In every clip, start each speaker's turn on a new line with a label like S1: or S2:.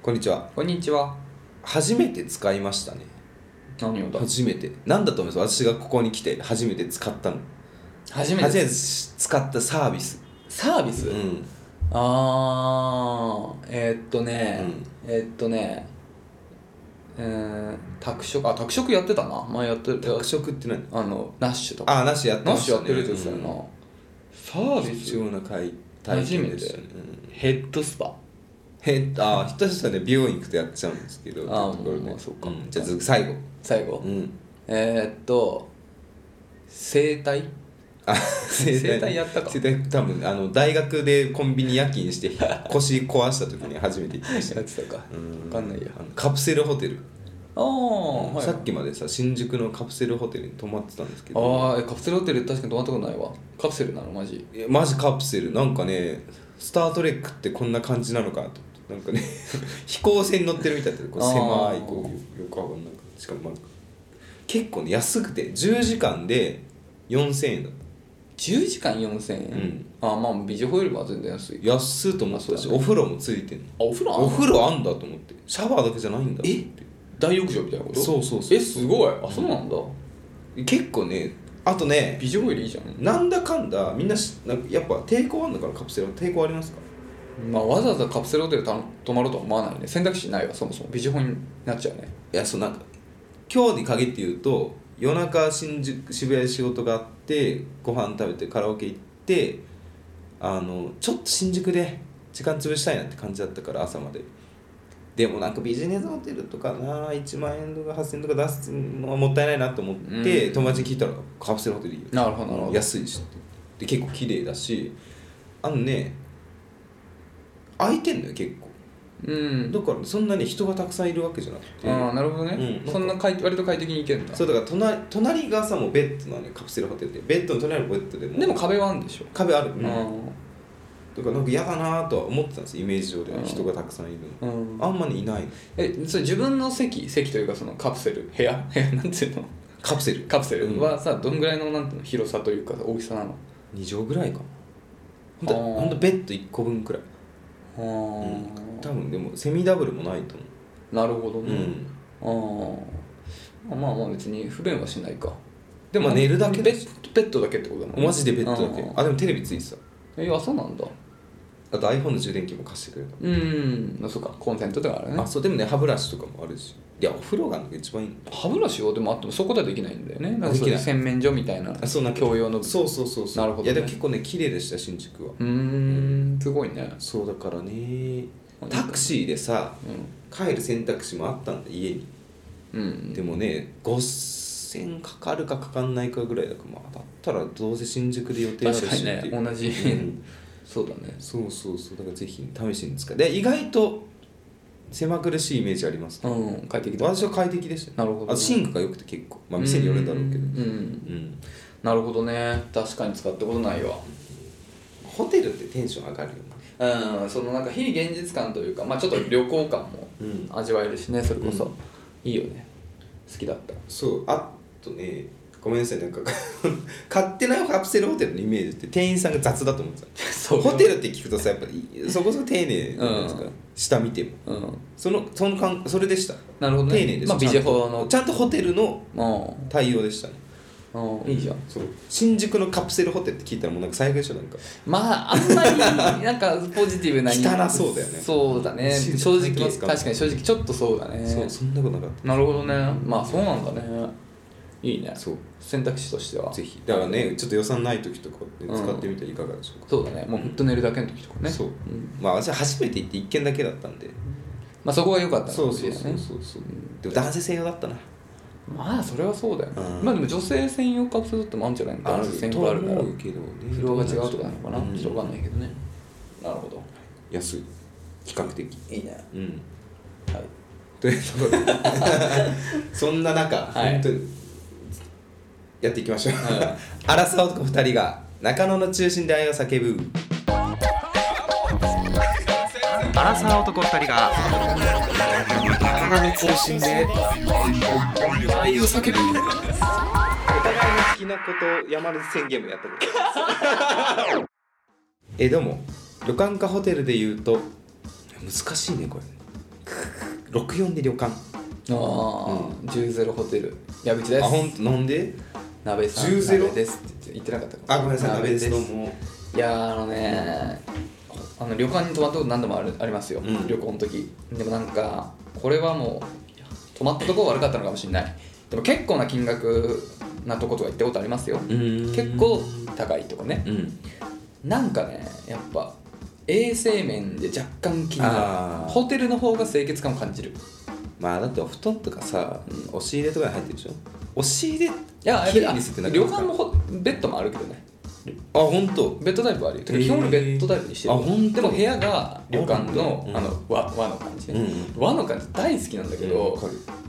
S1: こんにちは
S2: こんにちは。
S1: 初めて使いましたね
S2: 何をだ
S1: 初めて何だと思います私がここに来て初めて使ったの
S2: 初め
S1: 初め
S2: て
S1: て使ったサービス
S2: サービス、
S1: うん
S2: あー、えーっとね、えーっとね、えー、拓殖、あ、拓殖やってたな。前やってる。
S1: 拓殖って何
S2: あの、ナッシュとか。
S1: あなしやって
S2: ナ
S1: ま
S2: ッシ
S1: し
S2: ュ
S1: た
S2: やっ
S1: ね
S2: てるって言ってたよな。サー
S1: うん
S2: ビ
S1: 貴
S2: ス
S1: 重な体体験でしたねうん
S2: ヘッドスパ。
S1: へっあひとしさね美容院行くとやっちゃうんですけど
S2: あ
S1: っていうところで
S2: まあそうか
S1: んじゃあず最後
S2: 最後。
S1: うん
S2: えーっと、整体
S1: あ
S2: 整体やったか
S1: 整体多分あの大学でコンビニ夜勤して腰壊した時に初めて行きました
S2: やってたか。
S1: うん
S2: わかんないや。
S1: あのカプセルホテル
S2: あー、はい、
S1: さっきまでさ新宿のカプセルホテルに泊まってたんですけど
S2: あー、えカプセルホテル確かに泊まったことないわ。カプセルなのマジ。
S1: いやマジカプセルなんかね「スター・トレック」ってこんな感じなのかと思ってなんかね 飛行船乗ってるみたいなこう狭いこうよくわかんないしかもなんか結構ね安くて10時間で4000円だった
S2: 10時間4000円、
S1: うん
S2: あまあビジホよりは全然安いあ
S1: 安っと思った
S2: あ
S1: し、
S2: そうだね
S1: お風呂もついてんの
S2: お風呂あんの
S1: お風呂あんだと思ってシャワーだけじゃないんだと思って
S2: 大浴場みたいなこと
S1: そうそうそう
S2: えすごいあそうなんだ、
S1: 結構ねあとね
S2: ビジホよりいいじゃん、
S1: なんだかんだみんなしなんかやっぱ抵抗あんだからカプセルは抵抗ありますか
S2: まあ、わざわざカプセルホテルた泊まろうとは思わないね選択肢ないわそもそもビジホになっちゃうね
S1: いやそうなんか今日に限って言うと夜中新宿渋谷で仕事があってご飯食べてカラオケ行ってあのちょっと新宿で時間潰したいなって感じだったから朝まででもなんかビジネスホテルとかな1万円とか8000円とか出すのはもったいないなと思って、
S2: うん
S1: 友達に聞いたらカプセルホテルいいよ
S2: なるほどなるほど
S1: 安いしってで結構綺麗だしあのね空いてんのよ結構
S2: うん
S1: だからそんなに人がたくさんいるわけじゃなくて
S2: ああなるほどね、
S1: うん
S2: そんな快割と快適に行けるんだ
S1: そうだから隣隣がさもうベッドなのよカプセルホテルでベッドの隣のベッドでも
S2: でも壁はあるんでしょ、
S1: 壁ある、う、
S2: うん
S1: だからなんか嫌だなとは思ってたんですイメージ上で
S2: うん
S1: 人がたくさんいる
S2: う
S1: の
S2: あ
S1: あんまりいないの
S2: えそれ自分の席席というかそのカプセル部屋 部屋なんていうの
S1: カプセル
S2: カプセ
S1: うん
S2: ルはさ、どんぐらいのなんていうの広さというか大きさなの
S1: 2畳ぐらいかなほんと
S2: あー
S1: ほんとベッド1個分くらい、
S2: ああ、
S1: うん、多分でもセミダブルもないと思
S2: なるほど
S1: う、う
S2: ね、
S1: ん、
S2: ああまあまあ別に不便はしないか
S1: でもまあ寝るだけ
S2: ベ
S1: だ
S2: ッドベッドだけってことだもんね
S1: マジでベッドだけ
S2: あ
S1: あでもテレビついてた
S2: あいやそうなんだ
S1: あと iPhone の充電器も貸してくれた、
S2: うんまあそうかコンセントとかあるね
S1: あそうでもね歯ブラシとかもあるしいやお風呂がなんか一番いいの
S2: 歯ブラシをでもあってもそこではできないんだよねなんか
S1: でき
S2: そう
S1: ない
S2: いう洗面所みたいな
S1: あそうなんか
S2: 共用の
S1: そうそうそうそう
S2: なるほどね
S1: いやでも結構ね綺麗でした新宿は
S2: うーんすごいね
S1: そうだからねタクシーでさ帰る選択肢もあったんだ家に、
S2: うん、うん、
S1: でもね5000かかるかかかんないかぐらいだから、まあ、だったらどうせ新宿で予定ある
S2: 確か
S1: し
S2: に
S1: っ
S2: ね
S1: ていう、
S2: 同じ、
S1: うん
S2: そうだね
S1: そうそうそうだからぜひ試しに使うで意外と狭苦しいイメージありますね、
S2: うん快適だ
S1: 私は快適でしたよ
S2: なるほどね
S1: あとシンクが良くて結構まあ店によるんだろうけど
S2: うん、うん
S1: うん
S2: なるほどね確かに使ったことないわ
S1: ホテルってテンション上がるよね
S2: うんそのなんか非現実感というかまあちょっと旅行感も
S1: うん
S2: 味わえるしねそれこそ、
S1: うん
S2: いいよね好きだ った
S1: そうあとねごめんなさいなんか 勝手なカプセルホテルのイメージって店員さんが雑だと思ってた
S2: そ
S1: ホテルって聞くとさやっぱりそこそこ丁寧じゃないですか、
S2: うん
S1: 下見ても
S2: うん
S1: そのその感それでした
S2: なるほどね
S1: 丁寧でした
S2: まあビジホの
S1: ちゃんとホテルの
S2: う
S1: 対応でしたね
S2: んうんいいじゃん
S1: そう新宿のカプセルホテルって聞いたらもうなんか最悪でしょなんか
S2: まああんまりなんかポジティブな
S1: 汚そうだよね
S2: そうだね
S1: 信じ
S2: 正
S1: て
S2: 直
S1: ます
S2: 確
S1: か
S2: かに正直ちょっとそうだね
S1: そうそんなことなかった
S2: なるほどねまあそうなんだねいいね
S1: そう
S2: 選択肢としては
S1: ぜひだからねちょっと予算ない時とかね使ってみてはいかがでしょうか、
S2: そうだねもうほんと寝るだけの時とかね
S1: そうんまあ私は初めて行って1軒だけだったんで
S2: まあそこが良かったのか
S1: そ
S2: も
S1: う
S2: し
S1: そ
S2: れ
S1: う
S2: ない
S1: そ
S2: ね
S1: うそうそうでも男性専用だったな
S2: まあそれはそうだよ、ね
S1: うん
S2: まあでも女性専用カプセルってもあるんじゃないの男性専用があるか
S1: と
S2: ら
S1: 思うけどね
S2: フロアが違うとかなのかな、
S1: うん
S2: ちょっとわかんないけどねなるほど
S1: 安い比較的
S2: いいね
S1: うん
S2: はい
S1: というところでそんな中、
S2: はい
S1: 本当にやっていきましょう、アラサー男2人が中野の中心で愛を叫ぶアラサー男2人が中野の中心で愛を叫ぶお互いの好きなことを山根宣言もやったことあり ますえどうも旅館かホテルで言うと難しいねこれ64で旅館
S2: ああ、十ゼロホテル矢口です
S1: あほんとなんで
S2: 鍋さん
S1: 10-0
S2: 鍋ですって言ってなかったか
S1: あごめんなさい鍋ですどうも
S2: いやーあのねあの旅館に泊まったこと何度もあるありますよ、
S1: うん
S2: 旅行の時でもなんかこれはもう泊まったとこ悪かったのかもしれないでも結構な金額なとことか行ったことありますよ結
S1: 結
S2: 構高いとこね
S1: うん
S2: なんかねやっぱ衛生面で若干気にな
S1: あー
S2: るホテルの方が清潔感を感じるい
S1: まあだってお布団とかさ押し入れとかに入ってるでしょ押し入れ
S2: や
S1: きれいにするってなか
S2: 旅
S1: なか
S2: 館もホベッドもあるけどね
S1: あ本当
S2: ベッドタイプはあるよてか
S1: へー
S2: 基本俺ベッドタイプにしてる
S1: あ本当
S2: でも部屋が旅館の,、
S1: うん
S2: あの和和の感じね、
S1: う
S2: 和の感じ大好きなんだけど、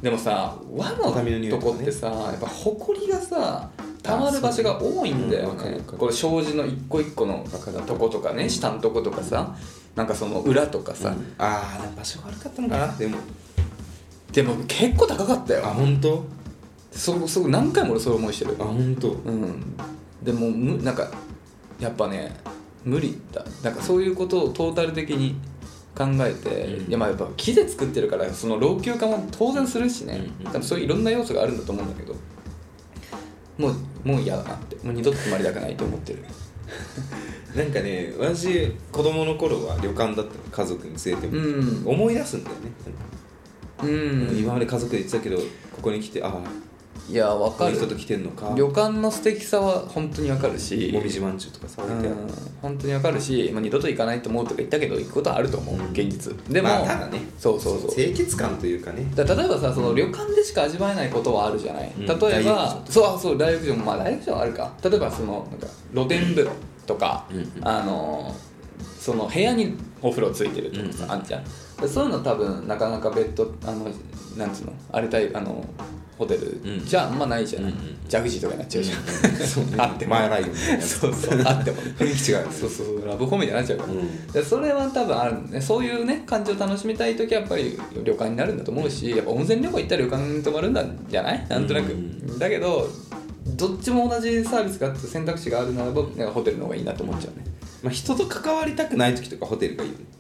S2: でもさ和
S1: 畳の
S2: の
S1: 匂い
S2: と
S1: とかね
S2: こってさ、やっぱ埃がさたまる場所が多いんだよ
S1: あそうう、んわかる
S2: ね
S1: わかる
S2: これ障子の一個一個のとことかね下のとことかさなんかその裏とかさ、
S1: ああ場所が悪かったのかなでも
S2: でも結構高かった
S1: あ
S2: よ
S1: 本当
S2: そうそう何回も俺そういう思いしてる
S1: あ本当
S2: うんでもむなんかやっぱね無理だなんかそういうことをトータル的に考えて、
S1: うん
S2: いやまあやっぱ木で作ってるからその老朽化も当然するしね、
S1: うんうん
S2: 多分そういういろんな要素があるんだと思うんだけどもうもう嫌だなってもう二度と泊まりたくないと思ってる
S1: なんかね私子供の頃は旅館だったの家族に連れて
S2: う
S1: も
S2: ん
S1: 思い出すんだよね
S2: うん
S1: 今まで家族で行ってたけどここに来てああ
S2: いやわ
S1: こ
S2: か
S1: の
S2: る
S1: 人と来てんのか
S2: 旅館の素敵さは本当にわかるし
S1: もみじまんじゅうとかさ置いてある
S2: うん本当にわかるし、まあ、二度と行かないと思うとか言ったけど行くことはあると思う、
S1: うん
S2: 現実でも、
S1: まあただね
S2: そうそうそう
S1: 清潔感というかね
S2: だ例えばさその旅館でしか味わえないことはあるじゃない、
S1: うん
S2: 例えばそうあそう大浴場もまあ大浴場はあるか例えばそのなんか露天風呂とか、
S1: うんうん
S2: あのーその部屋にお風呂ついてるとかさ、
S1: うん
S2: あんじゃんでそういうの多分なかなかベッドあのなんつうのあれタイプあのホテル
S1: うん
S2: じゃあんまないじゃない、
S1: うんうん
S2: ジャグジーとかになっちゃうじゃん、
S1: そうね
S2: あっても
S1: 前ライオンみたいなやつ
S2: そうそうあってもね
S1: 雰囲気違うよね
S2: そうそうそうラブホームになっちゃうから、
S1: うん
S2: でそれは多分あるねそういうね感情を楽しみたい時はやっぱり旅館になるんだと思うしやっぱ温泉旅行行ったら旅館に泊まるんだじゃないなんとなく、
S1: うん
S2: だけどどっちも同じサービスがあって選択肢があるならばなんかホテルの方がいいなと思っちゃうね
S1: まあ、人と関わりたくない時とかホテルがいいよね、
S2: うん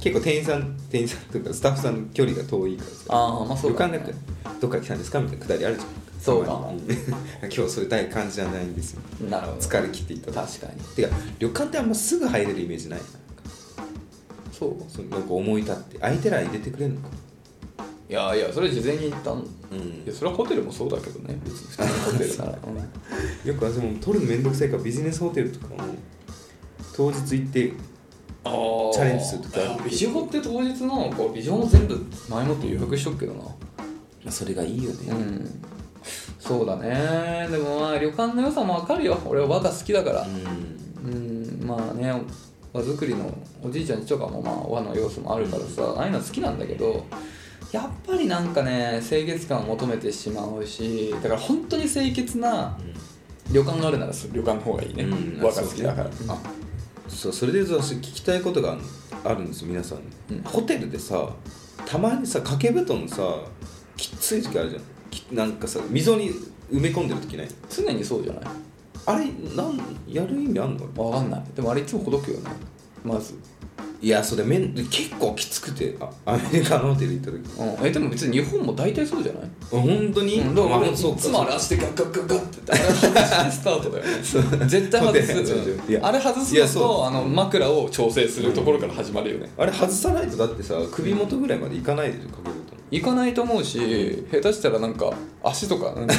S1: 結構店員さん店員さんとかスタッフさんの距離が遠いからさ
S2: ああまあそう
S1: 旅
S2: だ
S1: 館
S2: ね
S1: だってどっから来たんですかみたいなくだりあるじゃん
S2: そうか
S1: たまに ん今日そういうたい感じじゃないんですよ
S2: なるほど
S1: 疲れ切っていただい
S2: 確かに
S1: ててか旅館ってあんますぐ入れるイメージない
S2: そう
S1: そのなんか思い立って相手ら入れてくれるのか
S2: いやいやそれ事前に言ったん、
S1: うん
S2: いやそれはホテルもそうだけどね別に普通のホテルなら、 うん
S1: よく私も取るの面倒くさいからビジネスホテルとかも当日行って
S2: あー
S1: チャレンジする時ある
S2: いやビジホって当日のこうビジホも全部前もって予約しとくけどな
S1: それがいいよね
S2: うんそうだねでもまあ旅館の良さもわかるよ俺は和が好きだから
S1: うん
S2: うんまあね和作りのおじいちゃんちとかもまあ和の要素もあるからさああいうの好きなんだけどやっぱりなんかね清潔感を求めてしまうしだから本当に清潔な旅館があるならその旅館の方がいいね、
S1: うん
S2: 和が好きだから
S1: あそうそれで言うと私聞きたいことがあるあるんです皆さんに、
S2: うん
S1: ホテルでさたまにさ掛け布団さきっつい時あるじゃんきなんかさ溝に埋め込んでる時ない
S2: 常にそうじゃない
S1: あれなんやる意味あんの
S2: わかんないでもあれいつもほどくよねまず、
S1: いやそれめん結構きつくてあアメリカのホテル行った時
S2: うん、えでも別に日本も大体そうじゃない
S1: あ本当に、
S2: うん、だから俺
S1: あ
S2: い
S1: そうか
S2: つもあれ足でガッガッガッガッってあれ外してスタートだよね絶対外
S1: そうだよ
S2: す
S1: いや
S2: あれ外す
S1: いや
S2: の
S1: そ
S2: とあの枕を調整するところから始まるよね
S1: あれ外さないとだってさ首元ぐらいまでいかないでしょ掛け布団
S2: 行かないと思うし下手したらなんか足とかなんか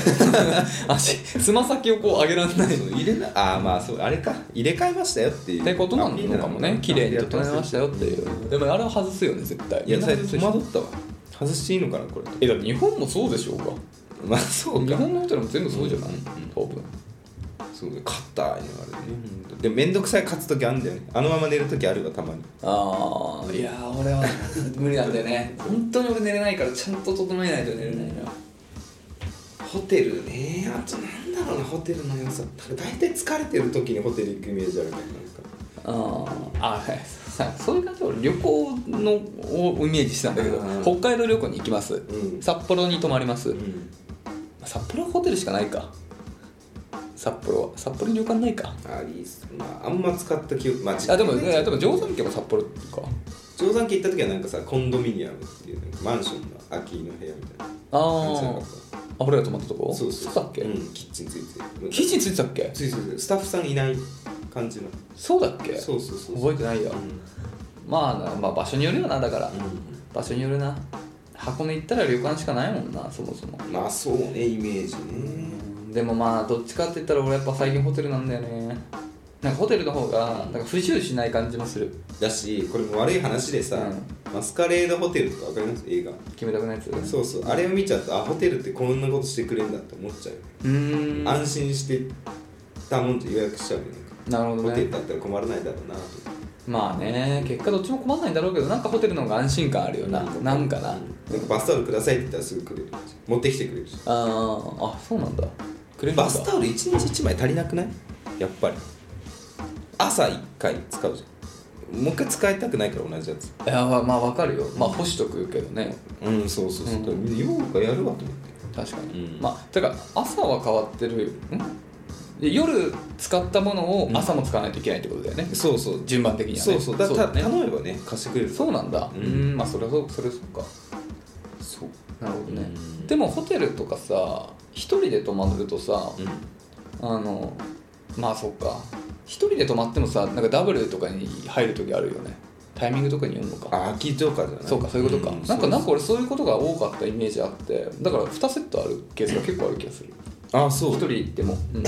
S2: 足つま先をこう上げられない
S1: そう入れなああまあそうあれか入れ替えましたよっていう
S2: ってことなのかもね綺麗に整えましたたよっていうでもあれは外すよね絶対
S1: いや
S2: みん
S1: そ
S2: な
S1: れ
S2: 外
S1: 戸
S2: すでしょ
S1: 惑ったわ外していいのかなこれ
S2: えだって日本もそうでしょうか
S1: まあそう
S2: 日
S1: か
S2: 本のホテルも全部そうじゃない、
S1: うんうん
S2: 多分
S1: そうだ勝ったあれねあれねでも面倒くさい勝つ時あるんだよねあのまま寝る時あるわたまに
S2: ああいやー俺は無理なんだよね本当に俺寝れないからちゃんと整えないと寝れないのよ
S1: ホテルねあとなんだろうなホテルの良さ大体疲れてる時にホテル行くイメージあるからなんか
S2: あーあはいさそういう感じで俺旅行のをイメージしてたんだけど
S1: うん
S2: 北海道旅行に行きます
S1: うん
S2: 札幌に泊まります
S1: うん
S2: 札幌はホテルしかないか札幌は札幌に旅館ないか
S1: ありまああんま使った記憶まあ
S2: あでも
S1: 時間ない
S2: えでも定山家も札幌か
S1: 定山家行った時はなんかさコンドミニアムっていうなんかマンションの空きの部屋みたいな
S2: あ
S1: 感じじゃなか
S2: ー
S1: っ
S2: あ俺ら泊まったと
S1: た
S2: こ
S1: そうそう
S2: つったっけ、
S1: うん、キッチンついてる
S2: 記事ついてたっけ
S1: ついてるスタッフさんいない感じの
S2: そうだっけ
S1: そうそうそう
S2: 覚えてないよ
S1: うん
S2: まあ、まあ場所によるよなだから、場所によるな箱根行ったら旅館しかないもんなそもそも
S1: うんまあそうねイメージね
S2: でもまあどっちかって言ったら俺やっぱ最近ホテルなんだよねなんかホテルの方がなんか不自由しない感じもする
S1: だしこれも悪い話でさ、
S2: う
S1: マスカレードホテルとかわかります映画
S2: 決めたくないやつ
S1: そうそうあれを見ちゃうとあホテルってこんなことしてくれるんだって思っちゃうよね、
S2: うーんなる
S1: 安心して頼んで予約しちゃうよね
S2: ほど
S1: ホテル
S2: ね
S1: だったら困らないだろうなと
S2: まあね結果どっちも困んないんだろうけどなんかホテルの方が安心感あるよな、なんかな、
S1: うんなんかバスタオルくださいって言ったらすぐくれるし持ってきてくれるし
S2: あーあそうなんだくれるんだ
S1: バスタオル1日1枚足りなくないやっぱり朝1回使うじゃんもう一回使いたくないから同じやつ
S2: いやまあわかるよまあ干しとくけどね
S1: うんそうそうそう、
S2: うん
S1: だからみんなようかやるわと思って
S2: 確かに、
S1: うん
S2: まあてか朝は変わってるんで夜使ったものを朝も使わないといけないってことだよね、
S1: そうそう
S2: 順番的にはね
S1: そうそうだ
S2: そう
S1: た
S2: だね
S1: 頼めばね貸してくれる
S2: そうなんだ
S1: う
S2: うんんまあそれはそうそれはそうか
S1: そう
S2: なるほどね、
S1: うん
S2: でもホテルとかさ一人で泊まるとさ、
S1: うん
S2: あのまあそっか一人で泊まってもさなんかダブルとかに入る時あるよねタイミングとかによるのか
S1: あ秋とかじゃない
S2: そうかそういうことか、
S1: ん
S2: なんかなんか
S1: そう
S2: 俺そういうことが多かったイメージあってだから2セットあるケースが結構ある気がする
S1: そうあそ
S2: 一人
S1: う
S2: 行っても、うん、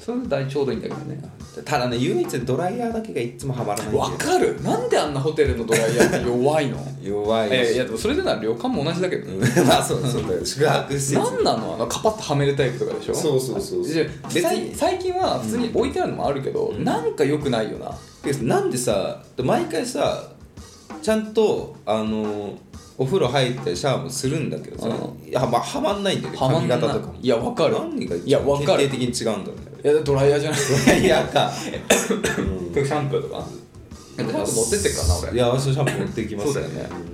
S2: それで大ちょうどいいんだけどね
S1: ただね唯一ドライヤーだけがいつもはまらないんだよ
S2: わかるなんであんなホテルのドライヤーって弱 いの
S1: 弱いし
S2: えいやでもそれでなら旅館も同じだけど、
S1: うん まあそうそうだよ宿泊施設
S2: なんなのあのカパッとはめるタイプとかでしょ
S1: そうそうそう
S2: じゃあ
S1: 別
S2: 最
S1: に
S2: 最近は普通に置いてあるのもあるけど、
S1: うん
S2: なんか良くないよな
S1: でなんでさ毎回さちゃんとあのお風呂入ったりシャワーもするんだけどさ、
S2: う
S1: いやまあはまんないんだよね
S2: はま
S1: 髪
S2: んない
S1: 型とかも
S2: いやわかる
S1: 何が
S2: いやわかる
S1: 決定的に違うんだろうね
S2: いやドライヤーじゃないシ
S1: いや か
S2: ャンプーとかシャンプー持ってってっからな俺
S1: いやそうシャンプー持ってきます
S2: そうだよね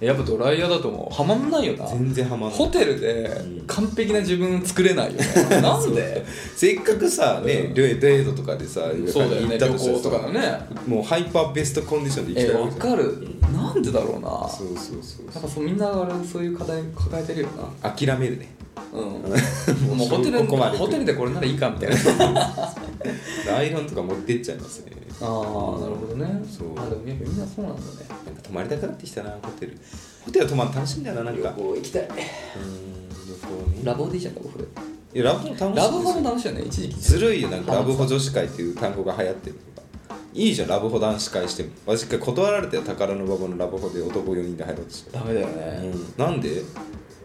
S2: やっぱドライヤーだともうはまんないよな
S1: うん全然はまんな
S2: ホ
S1: い
S2: テルで
S1: うん
S2: 完璧な自分作れないよねなんで
S1: せっかくさね
S2: うん
S1: デートとかでさ
S2: そうだよ
S1: 行
S2: ね旅
S1: ったとしたら
S2: 行
S1: さ
S2: とかのね
S1: もうハイパーベストコンディションで行き
S2: え
S1: たい
S2: わ
S1: け
S2: かるなんでだろうなや
S1: そうそうそう
S2: っぱそうみんなあれそういう課題抱えてるよな
S1: 諦めるね
S2: うんもうホテル
S1: ここまで来る
S2: ホテルでこれならいいかみたいな
S1: アイロンとか持ってっちゃいますね
S2: ああなるほどね
S1: そう
S2: あでもやっぱみんなそうなんだね
S1: なんか泊まりたくなってきたなホテルホテルは泊まるの楽しいんだよななんかうーん
S2: 行きたい
S1: 旅行ね
S2: ラブホでいいじゃんラブホで
S1: いやラブホ楽しいんです
S2: ラ
S1: よ
S2: ブホも楽しいよね一時期
S1: ずるいよなんかラブホ女子会っていう単語が流行ってるとかいいじゃんラブホ男子会しても私一回断られて宝の馬場のラブホで男4人で入ろうとして、
S2: ダメだよ
S1: う
S2: ね
S1: ん、なんで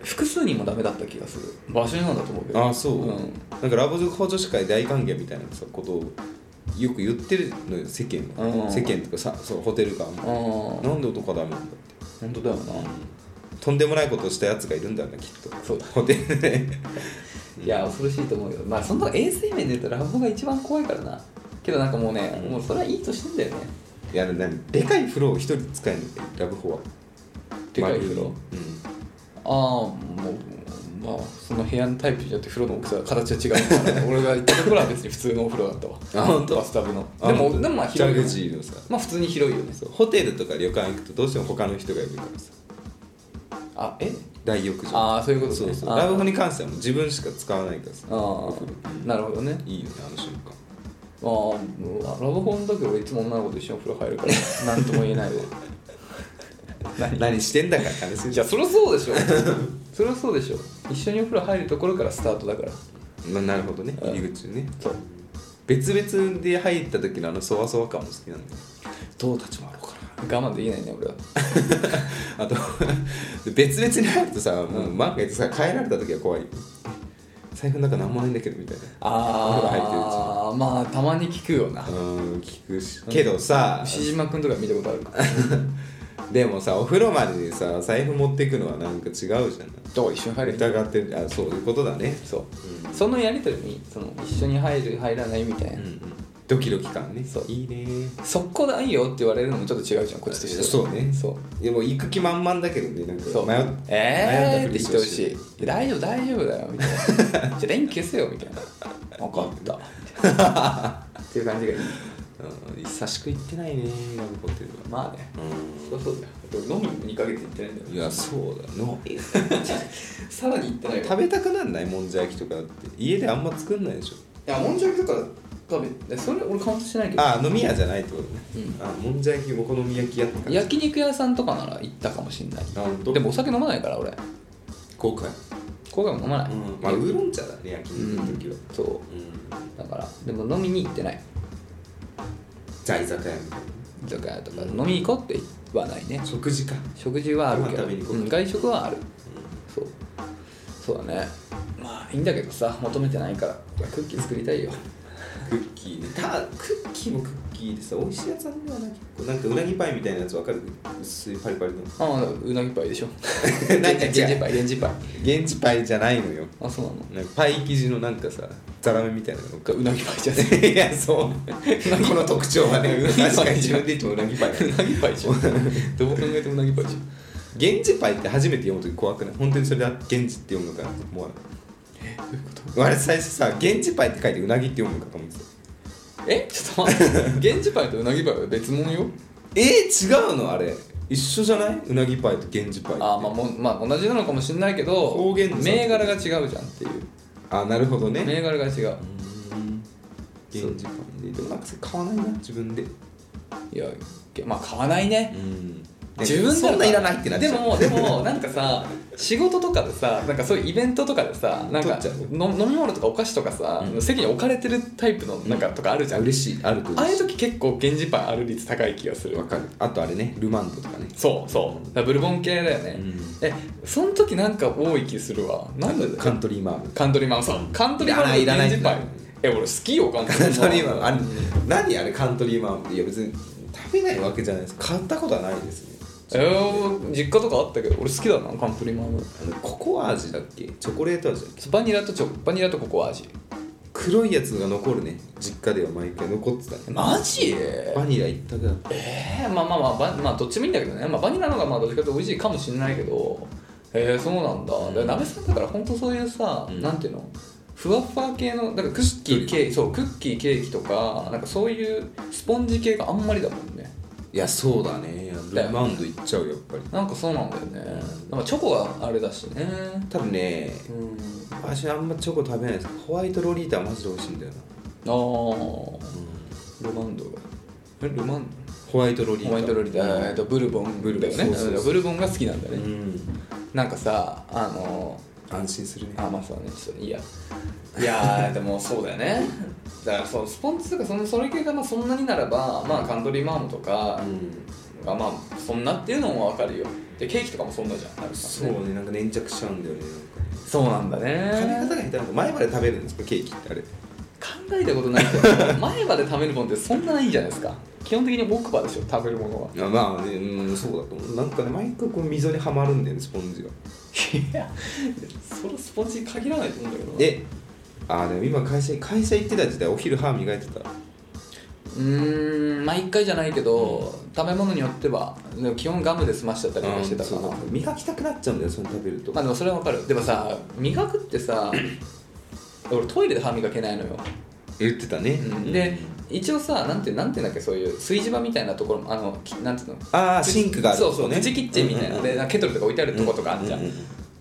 S2: 複数人もダメだった気がする場所になんだと思うけど
S1: あそう、
S2: うん
S1: なんかラブホ女子会大歓迎みたいなさことをよく言ってるのよ世間は、
S2: うん
S1: 世間とかさそうホテル側
S2: ああ
S1: も、
S2: 本
S1: なんで男はダメなんだって
S2: 当だよな
S1: とんでもないことをしたやつがいるんだよねきっと
S2: そうだ
S1: ホテルで
S2: いや恐ろしいと思うよまあそんな衛生面で言うとラブホが一番怖いからなけどなんかもうね
S1: うん
S2: もうそれはいいとしてんだよね
S1: いやでもでかい風呂を一人使えるんだよラブホは
S2: でかい
S1: 丸
S2: 風呂
S1: うん
S2: ああもうまあその部屋のタイプによって風呂の大きさ形は違うからね俺が行ったところは別に普通のお風呂だったわ
S1: あ本当
S2: バスタブの
S1: あ
S2: で
S1: 本
S2: も
S1: 当
S2: でもまあ
S1: ジャ
S2: 広い
S1: グ
S2: よ、
S1: ジ
S2: ね、
S1: ーのさ
S2: まあ普通に広いよね
S1: そうホテルとか旅館行くとどうしても他の人がいるからさ
S2: あえ
S1: 大浴場
S2: ああそういうことね
S1: そうそう
S2: あー
S1: ラブホに関してはもう自分しか使わないからさ
S2: ああなるほどね
S1: いいよねあの瞬間
S2: ああラブホの時俺いつも女の子と一緒にお風呂入るから何とも言 えないわ
S1: 何してんだから金す
S2: じゃあそりゃそうでしょ そりゃそうでしょ一緒にお風呂入るところからスタートだから
S1: まあなるほどね
S2: うん
S1: 入り口ね
S2: そう
S1: 別々で入った時のあのそわそわ感も好きなんだよどう立ち回ろうかな
S2: 我慢できないね俺は
S1: あと 別々に入るとさもう万が一さ帰られた時は怖いよ財布の中何もないんだけどみたいなお風呂入ってるうちに
S2: ああまあたまに聞くよな
S1: うん聞くしけどさ
S2: 牛島君とか見たことあるかだか
S1: でもさお風呂までにさ財布持ってくのはなんか違うじゃん
S2: ら一緒に入る
S1: 疑ってるあそういうことだね
S2: そう
S1: うん
S2: そのやり取りにその一緒に入る入らないみたいな、
S1: うんうんドキドキ感ね
S2: そう
S1: いいね
S2: 速攻だいいよって言われるのもちょっと違うじゃんこっちとしては
S1: そうね
S2: そう
S1: いやもう行く気満々だけどねなんか
S2: そう
S1: 迷っ迷
S2: え
S1: ったふ
S2: えー、って
S1: りし
S2: 言ってて
S1: ほ
S2: ほ
S1: し
S2: し
S1: い
S2: い「大丈夫大丈夫だよ」みた い な「じゃあ電気消せよ」みたいな「分かった」っていう感じがいい
S1: うん久しく行ってないねラブホテルは
S2: まあね
S1: う
S2: そりゃそうだよ俺飲みに2ヶ月行ってないんだ
S1: ん
S2: よ
S1: いやそうだの
S2: さらに行ってないよ
S1: 食べたくなんないもんじゃ焼きとかって家であんま作んないでしょ
S2: いやもんじゃ焼きとか食べそれ俺カウントしてないけど
S1: あ飲み屋じゃないってことね、
S2: う
S1: あもんじゃ焼きお好み焼き屋って感じ
S2: 焼肉屋さんとかなら行ったかもしんない
S1: あほんと
S2: でもお酒飲まないから俺
S1: 後悔
S2: 今回も飲まない、
S1: うんまあウーロン茶だね焼き肉の時は
S2: そう
S1: うん
S2: だからでも飲みに行ってない
S1: じゃあ居酒屋みたい
S2: だからとか飲みに行こうってはないね
S1: な食事か
S2: 食事はあるけ
S1: ご飯
S2: ど、
S1: 食べに行こう
S2: うん外食はあるそうそうだねまあいいんだけどさ求めてないからクッキー作りたいよ
S1: クッキーねただクッキーもクッキーでさ美味しいやつあるんだよな結構なんかうなぎパイみたいなやつわかる薄いパリパリの
S2: ああうなぎパイで しょ
S1: なんか違う
S2: レンジパイレンジパイ
S1: 現地パイじゃないのよ
S2: あそうなの
S1: なんかパイ生地のなんかさザラメみたいなのが
S2: がうなぎパイじゃ ね
S1: いや そうこの特徴はね
S2: うなぎパイ
S1: 確かに自分で言ってもうなぎパイ
S2: えうなぎパイじゃんどう考えてもうなぎパイじゃん
S1: 現地パイって初めて読む時怖くない本当にそれで現地って読むのかなと思わない
S2: どういうこと
S1: あれ最初さ現地パイって書いてうなぎって読むのかと思ってた
S2: えちょっと待って現地パイとうなぎパイは別物よ
S1: えー、違うのあれ一緒じゃないうなぎパイと源氏パイって
S2: あーまあもう、まあ、同じなのかもしれないけど
S1: 方言の差
S2: 銘柄が違うじゃんっていう
S1: あなるほどね
S2: 銘柄が違う
S1: 源氏パイねでもなんかそれ買わないな自分で
S2: いやけまあ買わないね
S1: うん
S2: 自分
S1: そんないらないってなっち
S2: で
S1: ゃう
S2: もでもなんかさ仕事とかでさなんかそういうイベントとかでさなん
S1: 取
S2: か
S1: っちゃう
S2: の飲み物とかお菓子とかさ、
S1: うん
S2: 席に置かれてるタイプのなんかとかあるじゃん、
S1: 嬉しいあると
S2: ああ
S1: 嬉
S2: いう
S1: し
S2: 時結構源氏パンある率高い気がす
S1: い
S2: る
S1: わかるあとあれねルマンドとかね
S2: そうそうだからブルボン系だよね、
S1: うん
S2: えその時なんか多い気するわなんでだよ
S1: カントリーマーム
S2: カントリーマンさんカントリーマンの
S1: いらない
S2: 源氏パ
S1: い
S2: ン
S1: らない
S2: え俺好きよカント
S1: カントリ
S2: リ
S1: ー
S2: ー
S1: マ
S2: マ
S1: ー
S2: ン
S1: ムあれ何あれカントリーマームっていや別に食べないわけじゃないです買ったことはないですね
S2: えー、実家とかあったけど俺好きだなカントリーマンの
S1: あのココア味だっけチョコレート味だっけ
S2: バニラとチョバニラとココア味
S1: 黒いやつが残るね実家では毎回残ってたね
S2: マジ
S1: バニラ一択だった
S2: えー、まあまあまあバ、まあ、どっちもいいんだけどね、まあ、バニラの方がまあどっちかというと美味しいかもしれないけどえー、そうなんだ、
S1: うん
S2: だから鍋さんだから本当そういうさ、
S1: うん
S2: なんていうのふわふわ系のだからクッキーケーキそうクッキーケーキとかなんかそういうスポンジ系があんまりだもんね
S1: いやそうだねルマンドいっちゃうよやっぱり
S2: なんかそうなんだよねなんかチョコがあれだしね
S1: 多分ね
S2: うん
S1: 私あんまチョコ食べないですホワイトロリータはマジで美味しいんだよな、
S2: あールマンドえルマン
S1: ホワイトロリー
S2: ド
S1: タ
S2: ホワイトロリー
S1: うん
S2: タえーとブルボン
S1: ブルボン
S2: だよね
S1: そうそうそう
S2: ブルボンが好きなんだね、
S1: うん
S2: なんかさあの
S1: 安心するね
S2: あまあそうねちょっといいやいやーでもそうだよねだからそうスポンジとかそのそれ系がまあそんなにならばまあカントリーマームとか
S1: うん
S2: がまあそんなっていうのもわかるよでケーキとかもそんなじゃんなんか
S1: そ
S2: ね
S1: うねなんか粘着しちゃうんだよねな
S2: そうなんだ
S1: んか食べ
S2: ね
S1: 方が下手なんだ前まで食べるんですかケーキってあれ
S2: 考えたことないけど前まで食べるもんってそんなないんじゃないですか基本的に奥歯でしょ食べるものは
S1: あまあねうんそうだと思うなんかね毎回こう溝にはまるんだよねスポンジが
S2: いやそれスポンジに限らないと思うんだけどな
S1: であでも今会社会社行ってた時代お昼歯磨いてた
S2: うーんまあ一回じゃないけど、食べ物によってはでも基本ガムで済ましちゃったりとかしてたかな、
S1: うんそう磨きたくなっちゃうんだよそれ食べると
S2: まあでもそれはわかるでもさ磨くっ てさ俺トイレで歯磨けないのよ、
S1: 言ってたね、
S2: で一応さなんてなんていうんだっけそういう炊事場みたいなところもあのきなんていうの
S1: ああシンクがある
S2: そうそうプチキッチンみたいな、でなんかケトルとか置いてあるとことかあんじゃん,、
S1: ううう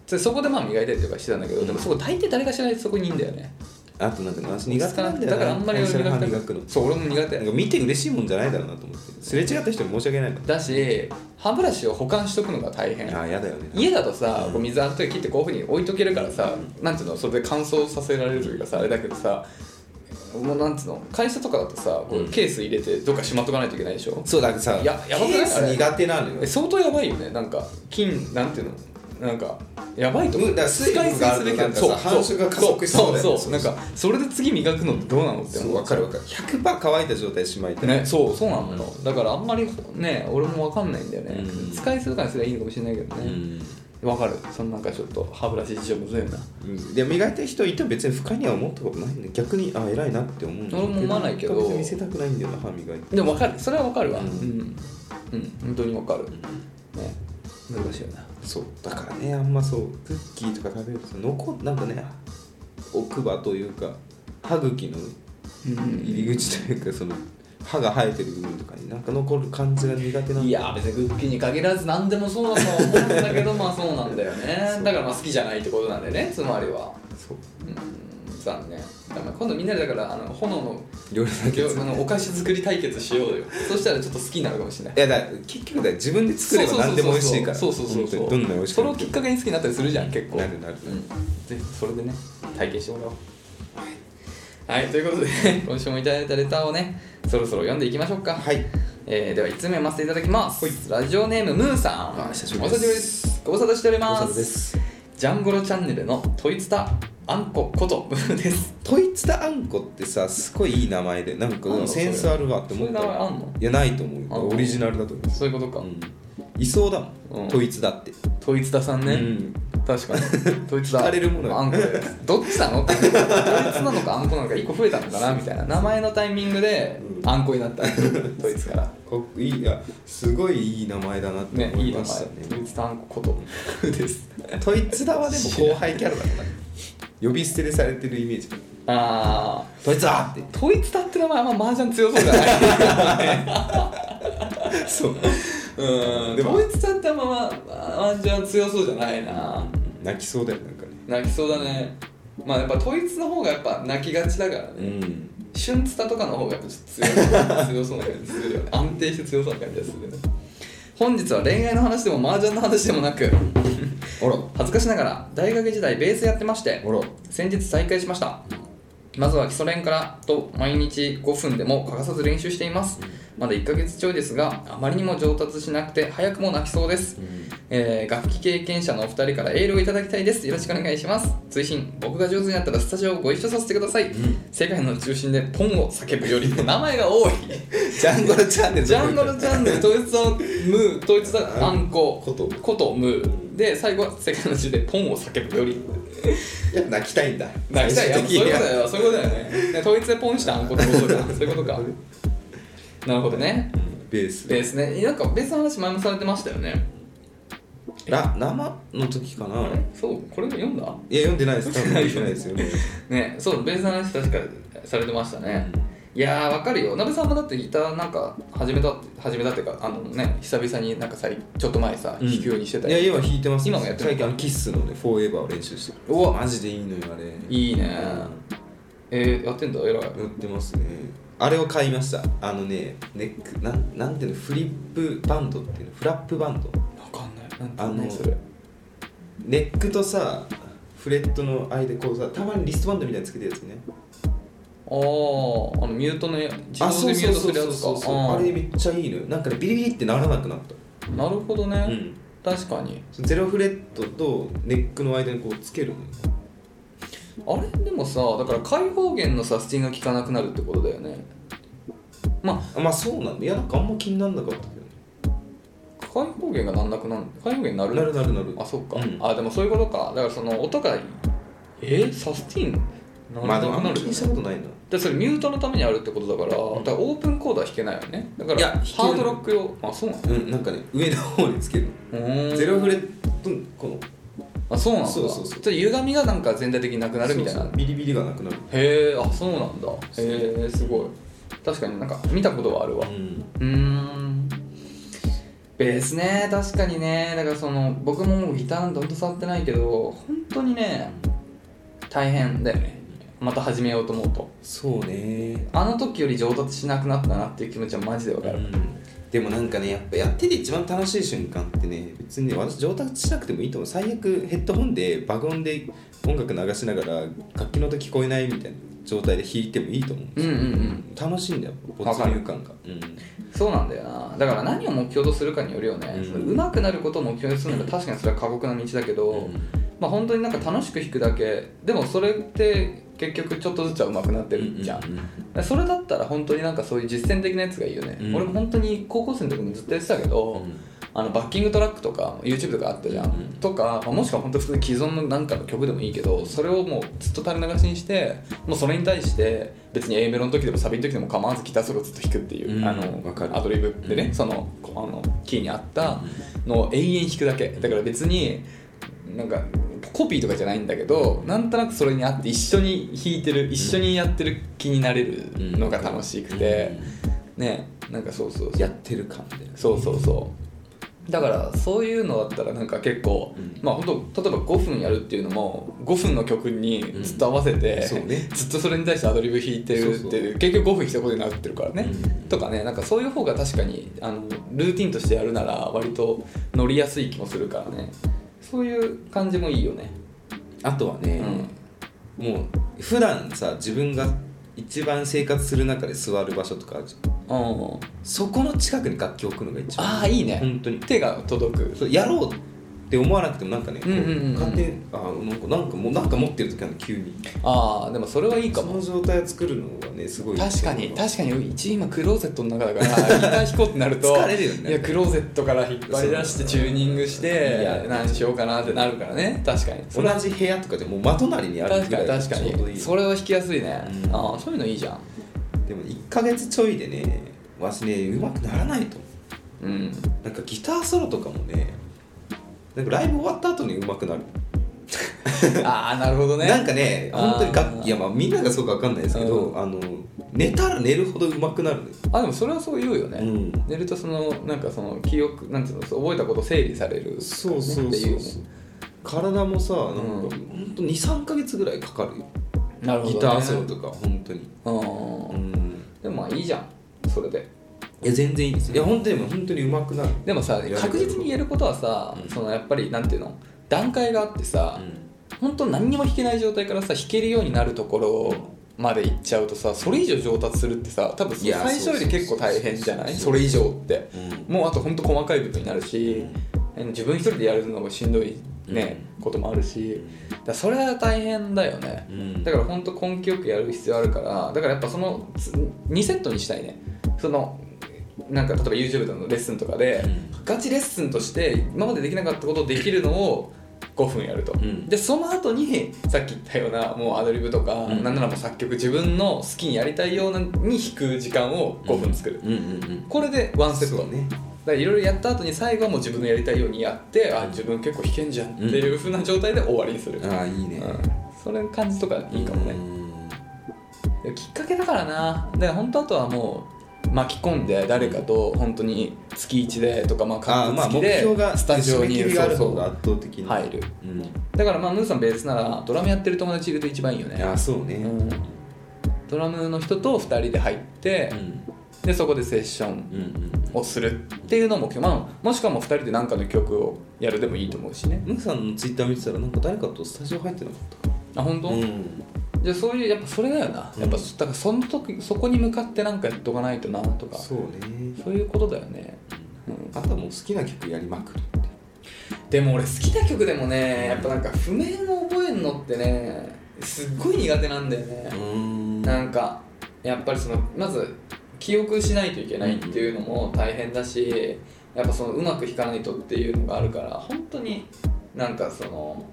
S2: でそこでまあ磨いたりとかしてたんだけど、でもそこ大抵誰かしらそこにいんだよね
S1: あとなんかね私苦手なんだよな
S2: だからあんまり
S1: 会
S2: 俺
S1: 社
S2: 磨
S1: の歯
S2: き
S1: 磨
S2: たく
S1: くの
S2: そう俺も苦手
S1: なんか見て嬉しいもんじゃないだろうなと思ってすれ違った人に申し訳ないか
S2: だし歯ブラシを保管しとくのが大変
S1: らああやだよね
S2: 家だとさ、こう水ある時切ってこういうふうに置いとけるからさ、なんていうのそれで乾燥させられるというかさあれだけどさもうなんていうの会社とかだとさこ
S1: うん
S2: うケース入れてどっかしまっとかないといけないでしょ、
S1: そうだからさ
S2: いややばくない
S1: ケース苦手なのよ
S2: え相当やばいよねなんか金なんていうのなんかやばいと思う
S1: うんだから水分があるとなんかさ
S2: そう
S1: 繁殖が加速しそうだよね
S2: そうそう
S1: そうそう
S2: なんかそれで次磨くのってどうなのって
S1: そ
S2: 思
S1: うわかるわかる100%乾いた状態でしまいたい
S2: ね、そうそうなのだからあんまりね俺もわかんないんだよね、
S1: うん
S2: 使いすぎたりすればいいのかもしれないけど
S1: う
S2: ね
S1: ん
S2: わ、かるそのなんかちょっと歯ブラシ事情むずいよな
S1: で磨いてる人いても別に不快には思ったことないんで逆にあ偉いなって思うんだ
S2: 俺も思わないけど
S1: 別に見せたくないんだよな歯磨いて
S2: でも分かるそれは分かるわ
S1: う
S2: うんん、うん本当に分かる、ね難しいよな
S1: そうだからねあんまそうクッキーとか食べると残なんかね奥歯というか歯茎の
S2: うん
S1: 入り口というかその歯が生えてる部分とかになんか残る感じが苦手なんだよね
S2: いやー別にグッキーに限らず何でもそうだとは思うんだ けどまあそうなんだよねだからまあ好きじゃないってことなんでねつまりは
S1: そう
S2: うん残念だから今度みんなでだからあの炎の
S1: 料理だけ
S2: あのお菓子作り対決しようよそしたらちょっと好きになるかもしれない
S1: いやだから結局だよ自分で作れば何でも美味しいから
S2: そうそうそうそう
S1: 本当にどんな美味しく
S2: それ
S1: な
S2: を
S1: って
S2: き
S1: も
S2: っかけに好きになったりするじゃん結構
S1: なるなる
S2: うん、ぜひそれでね体験してもらおうはいということで今週もいただいたレターをねそろそろ読んでいきましょうか
S1: はい
S2: えー、では1つ目読ませていただきます、ラジオネームムーさん
S1: あ久しぶり
S2: お
S1: です
S2: 久しぶりですご無沙汰しており
S1: ご無
S2: ま
S1: 沙
S2: す
S1: 汰です
S2: ジャンゴロチャンネルのトイツタあんこことムーです
S1: トイツタあんこってさすごいいい名前でなん
S2: あん
S1: か
S2: の
S1: センスあるわって思った
S2: それ名前あんの
S1: いやないと思う
S2: あんの
S1: よオリジナルだと思う
S2: そういうことか、
S1: うんいそうだも
S2: うんん
S1: トイツタって
S2: トイツタさんね、
S1: うん
S2: 確かにトイツ
S1: 聞
S2: だ
S1: かれるものよ
S2: あんこですどっちなのってトイツなのかあんこなのか1個増えたのかなみたいな名前のタイミングで
S1: うん
S2: あんこにな ったトイツから
S1: かっこいいいやすごいいい名前だなって
S2: ね
S1: 思
S2: い
S1: い
S2: い名
S1: ま
S2: 前
S1: した
S2: ト
S1: ね
S2: イツだあんこことです
S1: トイツタはでも後輩キャラだから呼び捨てでされてるイメージ
S2: ああ
S1: トイツタって
S2: トイツだって名前あんま麻雀強そうじゃない
S1: そう
S2: うんでもトイツだってあんまま麻雀強そうじゃないな
S1: 泣きそうだよなんかね
S2: 泣きそうだねまあやっぱトイツの方がやっぱ泣きがちだからね、
S1: うん
S2: シュンツタとかの方がやっぱちょっと強い強そうな感じするよね安定して強そうな感じがするよね本日は恋愛の話でも麻雀の話でもなく
S1: あら
S2: 恥ずかしながら大学時代ベースやってまして
S1: あら
S2: 先日再開しましたまずは基礎練からと毎日5分でも欠かさず練習していますまだ1ヶ月ちょいですがあまりにも上達しなくて早くも泣きそうですえー楽器経験者のお二人からエールをいただきたいですよろしくお願いします追伸僕が上手になったらスタジオをご一緒させてください、
S1: ん
S2: 世界の中心でポンを叫ぶより名前が 多い
S1: ジャンゴロチャンネル
S2: ジャンゴルチャンネル統一さムー統一さあんこ
S1: こと
S2: ことムーで最後は世界の中心でポンを叫ぶより
S1: いや泣きたいんだ
S2: 泣きたいやっぱそういうことだ
S1: よ
S2: よそういうことだよねね統一でポンしたあんことことだそういうことかなるほどね
S1: ベース
S2: ベースねなんかベースの話前もされてましたよね
S1: ラ生の時かな
S2: あれそうこれ読んだ
S1: いや読んでないです多分読んでない ですよね
S2: ねそうベースの話確かされてましたね、いやーわかるよなべさんもだってギターなんか始めたって始めたっていうかあのね久々になんかさいちょっと前さ弾くようにしてた
S1: いや
S2: り
S1: 今弾いてます
S2: 今もやってる
S1: 最近あのキッスのねフォーエバーを練習してる
S2: うわ
S1: マジでいいのよあれ
S2: いいね
S1: うん
S2: えー、やってんだ偉い
S1: やってますねあれを買いましたあのねネックなんなんていうのフリップバンドっていうのフラップバンド
S2: わかんないなんて
S1: あの
S2: 何それ
S1: ネックとさフレットの間でこうさたまにリストバンドみたいにつけてるやつね
S2: あーあのミュートのや自動でミュートするやつ
S1: そうそ
S2: か
S1: うそうそう
S2: あ
S1: あ
S2: ー
S1: れめっちゃいいのよなんかねビリビリってならなくなった
S2: なるほどね、
S1: うん
S2: 確かに
S1: そのゼロフレットとネックの間にこうつけるのよ
S2: あれでもさだから開放弦のサスティンが効かなくなるってことだよねまあ
S1: あまあそうなんだいやなんかあんま気になんなかったけ
S2: 開放弦がなんなくなる開放弦な
S1: ど
S2: る
S1: ねなるなるなる
S2: あそっか、
S1: うん
S2: あでもそういうことかだからその音がえー、サスティーンな
S1: まあでもあん
S2: な
S1: ま
S2: る
S1: 気
S2: よ
S1: に
S2: ね
S1: したことないな
S2: でそれミュートのためにあるってことだから,、だからオープンコードは弾けないよねだから
S1: いや弾ける
S2: ハードロック用あそうなの
S1: うんなんかね上の方につける
S2: うーん
S1: のゼロフレットのこの
S2: あそうなんだ
S1: そうそうそう
S2: ちょっと歪みがなんか全体的になくなるみたいな
S1: そうそうビリビリがなくなる
S2: へえあそうなんだへえすごい確かになんか見たことはあるわ
S1: ん
S2: うーんベースね確かにねだからその僕ももうギターなんてほんと触ってないけど本当にね大変だよねまた始めようと思うと
S1: そうね
S2: あの時より上達しなくなったなっていう気持ちはマジでわかる、
S1: でもなんかねやっぱやってて一番楽しい瞬間ってね別にね私上達しなくてもいいと思う最悪ヘッドホンでバグ音で音楽流しながら楽器の音聞こえないみたいな状態で弾いてもいいと思うんですよ
S2: うんうんうん
S1: 楽しいんだよ
S2: わ
S1: 没
S2: かる
S1: 入感が、うん、
S2: そうなんだよなだから何を目標とするかによるよね、
S1: うん
S2: その上手くなることを目標にするのが確かにそれは過酷な道だけど、
S1: うん
S2: まあ本当になんか楽しく弾くだけでもそれって結局ちょっとずつは上手くなってるじゃん、
S1: うんうん
S2: それだったら本当になんかそういう実践的なやつがいいよね、
S1: うん
S2: 俺も本当に高校生の時もずっとやってたけど、
S1: うん
S2: あのバッキングトラックとか YouTube とかあったじゃん、
S1: うん
S2: とか、まあもしくは本当普通に既存のなんかの曲でもいいけどそれをもうずっと垂れ流しにしてもうそれに対して別に A メロの時でもサビの時でも構わずギターソロずっと弾くっていう、
S1: うん
S2: あの
S1: わかる
S2: アドリブでね、
S1: うん
S2: そのこあのキーに合ったのを永遠弾くだけだから別になんかコピーとかじゃないんだけどなんとなくそれにあって一緒に弾いてる一緒にやってる気になれるのが楽しくて、ねなんかそうそうそう
S1: やってる感みたいな
S2: そうそうそうだからそういうのだったらなんか結構、
S1: うん
S2: まあ本当例えば5分やるっていうのも5分の曲にずっと合わせて、
S1: うんそうね
S2: ずっとそれに対してアドリブ弾いてるっていう
S1: そうそう
S2: 結局5分一言になってるからね、
S1: うん
S2: とかねなんかそういう方が確かにあのルーティンとしてやるなら割と乗りやすい気もするからねそういう感じもいいよね、
S1: あとはね、もう普段さ自分が一番生活する中で座る場所とかあるじゃん
S2: うん、うん、
S1: そこの近くに楽器を置くのが一番
S2: ああいいね
S1: 本当に
S2: 手が届く
S1: そうやろうって思わなくてもなんかね、こ
S2: うんうんうんうん
S1: 勝手にあなんかなんかもうなんか持ってる時は急に
S2: ああでもそれはいいか
S1: そ
S2: も
S1: の状態を作るのがねすごい
S2: 確かに確かに一今クローゼットの中だから一旦引こうってなる と
S1: 疲れるよね
S2: いやクローゼットから引っ張り出してチューニングし
S1: いや
S2: て何しようかなってなるからね確かにそれ
S1: 同じ部屋とかでもう真隣にある
S2: 確
S1: ぐ
S2: から
S1: い
S2: に確か
S1: ちょうどい
S2: に
S1: い
S2: それは引きやすいね、
S1: うん
S2: ああそういうのいいじゃん
S1: でも1ヶ月ちょいでねわしねうまくならないと思
S2: うん
S1: う なんかギターソロとかもねなんかライブ終わった後にうまくなる
S2: ああなるほどね
S1: なんかね、
S2: あー
S1: 本当に楽器、いやまあみんながそうかわかんないですけ
S2: う
S1: ど、
S2: ん
S1: あの寝たら寝るほど上手くなるんです。
S2: あでもそれはそう言うよね、
S1: うん
S2: 寝るとそのなんかその記憶なんていうの覚えたこと整理されるからね
S1: そうそう
S2: って
S1: そ
S2: いう
S1: うそう。体もさ、なんか
S2: うん
S1: 本当二三ヶ月ぐらいかかるよ。
S2: なるほど、ね、
S1: ギターソロとか本当に。
S2: うん
S1: うん。
S2: でもまあいいじゃんそれで
S1: いや全然いいです。いや本当に本当に上手くなる。
S2: でもさ
S1: やれば
S2: 確実に言えることはさ、
S1: うん
S2: そのやっぱりなんていうの段階があってさ、
S1: う
S2: 本当何にも弾けない状態からさ弾けるようになるところまで行っちゃうとさそれ以上上達するってさ多分そ
S1: い
S2: の
S1: や
S2: 最初より結構大変じゃない
S1: そ
S2: そう
S1: そうそうそう
S2: れ以上って
S1: ん。うん。
S2: もうあと本当細かいことになるし、自分一人でやるのがしんどいね、こともあるしだからそれは大変だよね、
S1: うん
S2: だから本当根気よくやる必要あるからだからやっぱそのつ2セットにしたいねそのなんか例えば YouTube のレッスンとかで、
S1: う
S2: ガチレッスンとして今までできなかったことをできるのを5分やると、
S1: うん
S2: でその後にさっき言ったようなもうアドリブとか、
S1: うん
S2: なんならもう作曲自分の好きにやりたいようなに弾く時間を5分作る、
S1: うんうんうん。
S2: これでワンセット
S1: そうね。
S2: だからいろいろやった後に最後はもう自分のやりたいようにやってあ自分結構弾けんじゃんっていう風な状態で終わりにする、うん
S1: ああいいね。
S2: それ感じとかいいかもね、
S1: うん
S2: でもきっかけだからなで本当あとはもう巻き込んで誰かと本当に月1でとかまあ
S1: あー
S2: 各
S1: まあ
S2: 月
S1: 目
S2: で
S1: 標が
S2: スタジオに
S1: 締め切りがある
S2: そう
S1: 方が
S2: そ
S1: 圧倒的に
S2: う入る
S1: うん。
S2: だからまあムーさんベースならドラムやってる友達いると一番いいよね
S1: ああそうね。
S2: うんドラムの人と2人で入って、でそこでセッション
S1: うんうん。
S2: をするっていうのも、まあ、もしくはもう2人で何かの曲をやるでもいいと思うしね
S1: ムーさんのツイッター見てたらなんか誰かとスタジオ入ってなかっ
S2: あ本
S1: た
S2: 当、
S1: ん
S2: じゃあそういうやっぱそれだよな、
S1: うん
S2: やっぱそだからその時そこに向かって何かやっとかないとなとか
S1: そうね
S2: そういうことだよね、うん
S1: あとはもう好きな曲やりまくるって
S2: でも俺好きな曲でもねやっぱなんか譜面を覚えるのってねすっごい苦手なんだよね、
S1: ん
S2: なんかやっぱりそのまず記憶しないといけないっていうのも大変だしやっぱそのうまく弾かないとっていうのがあるから本当になんかその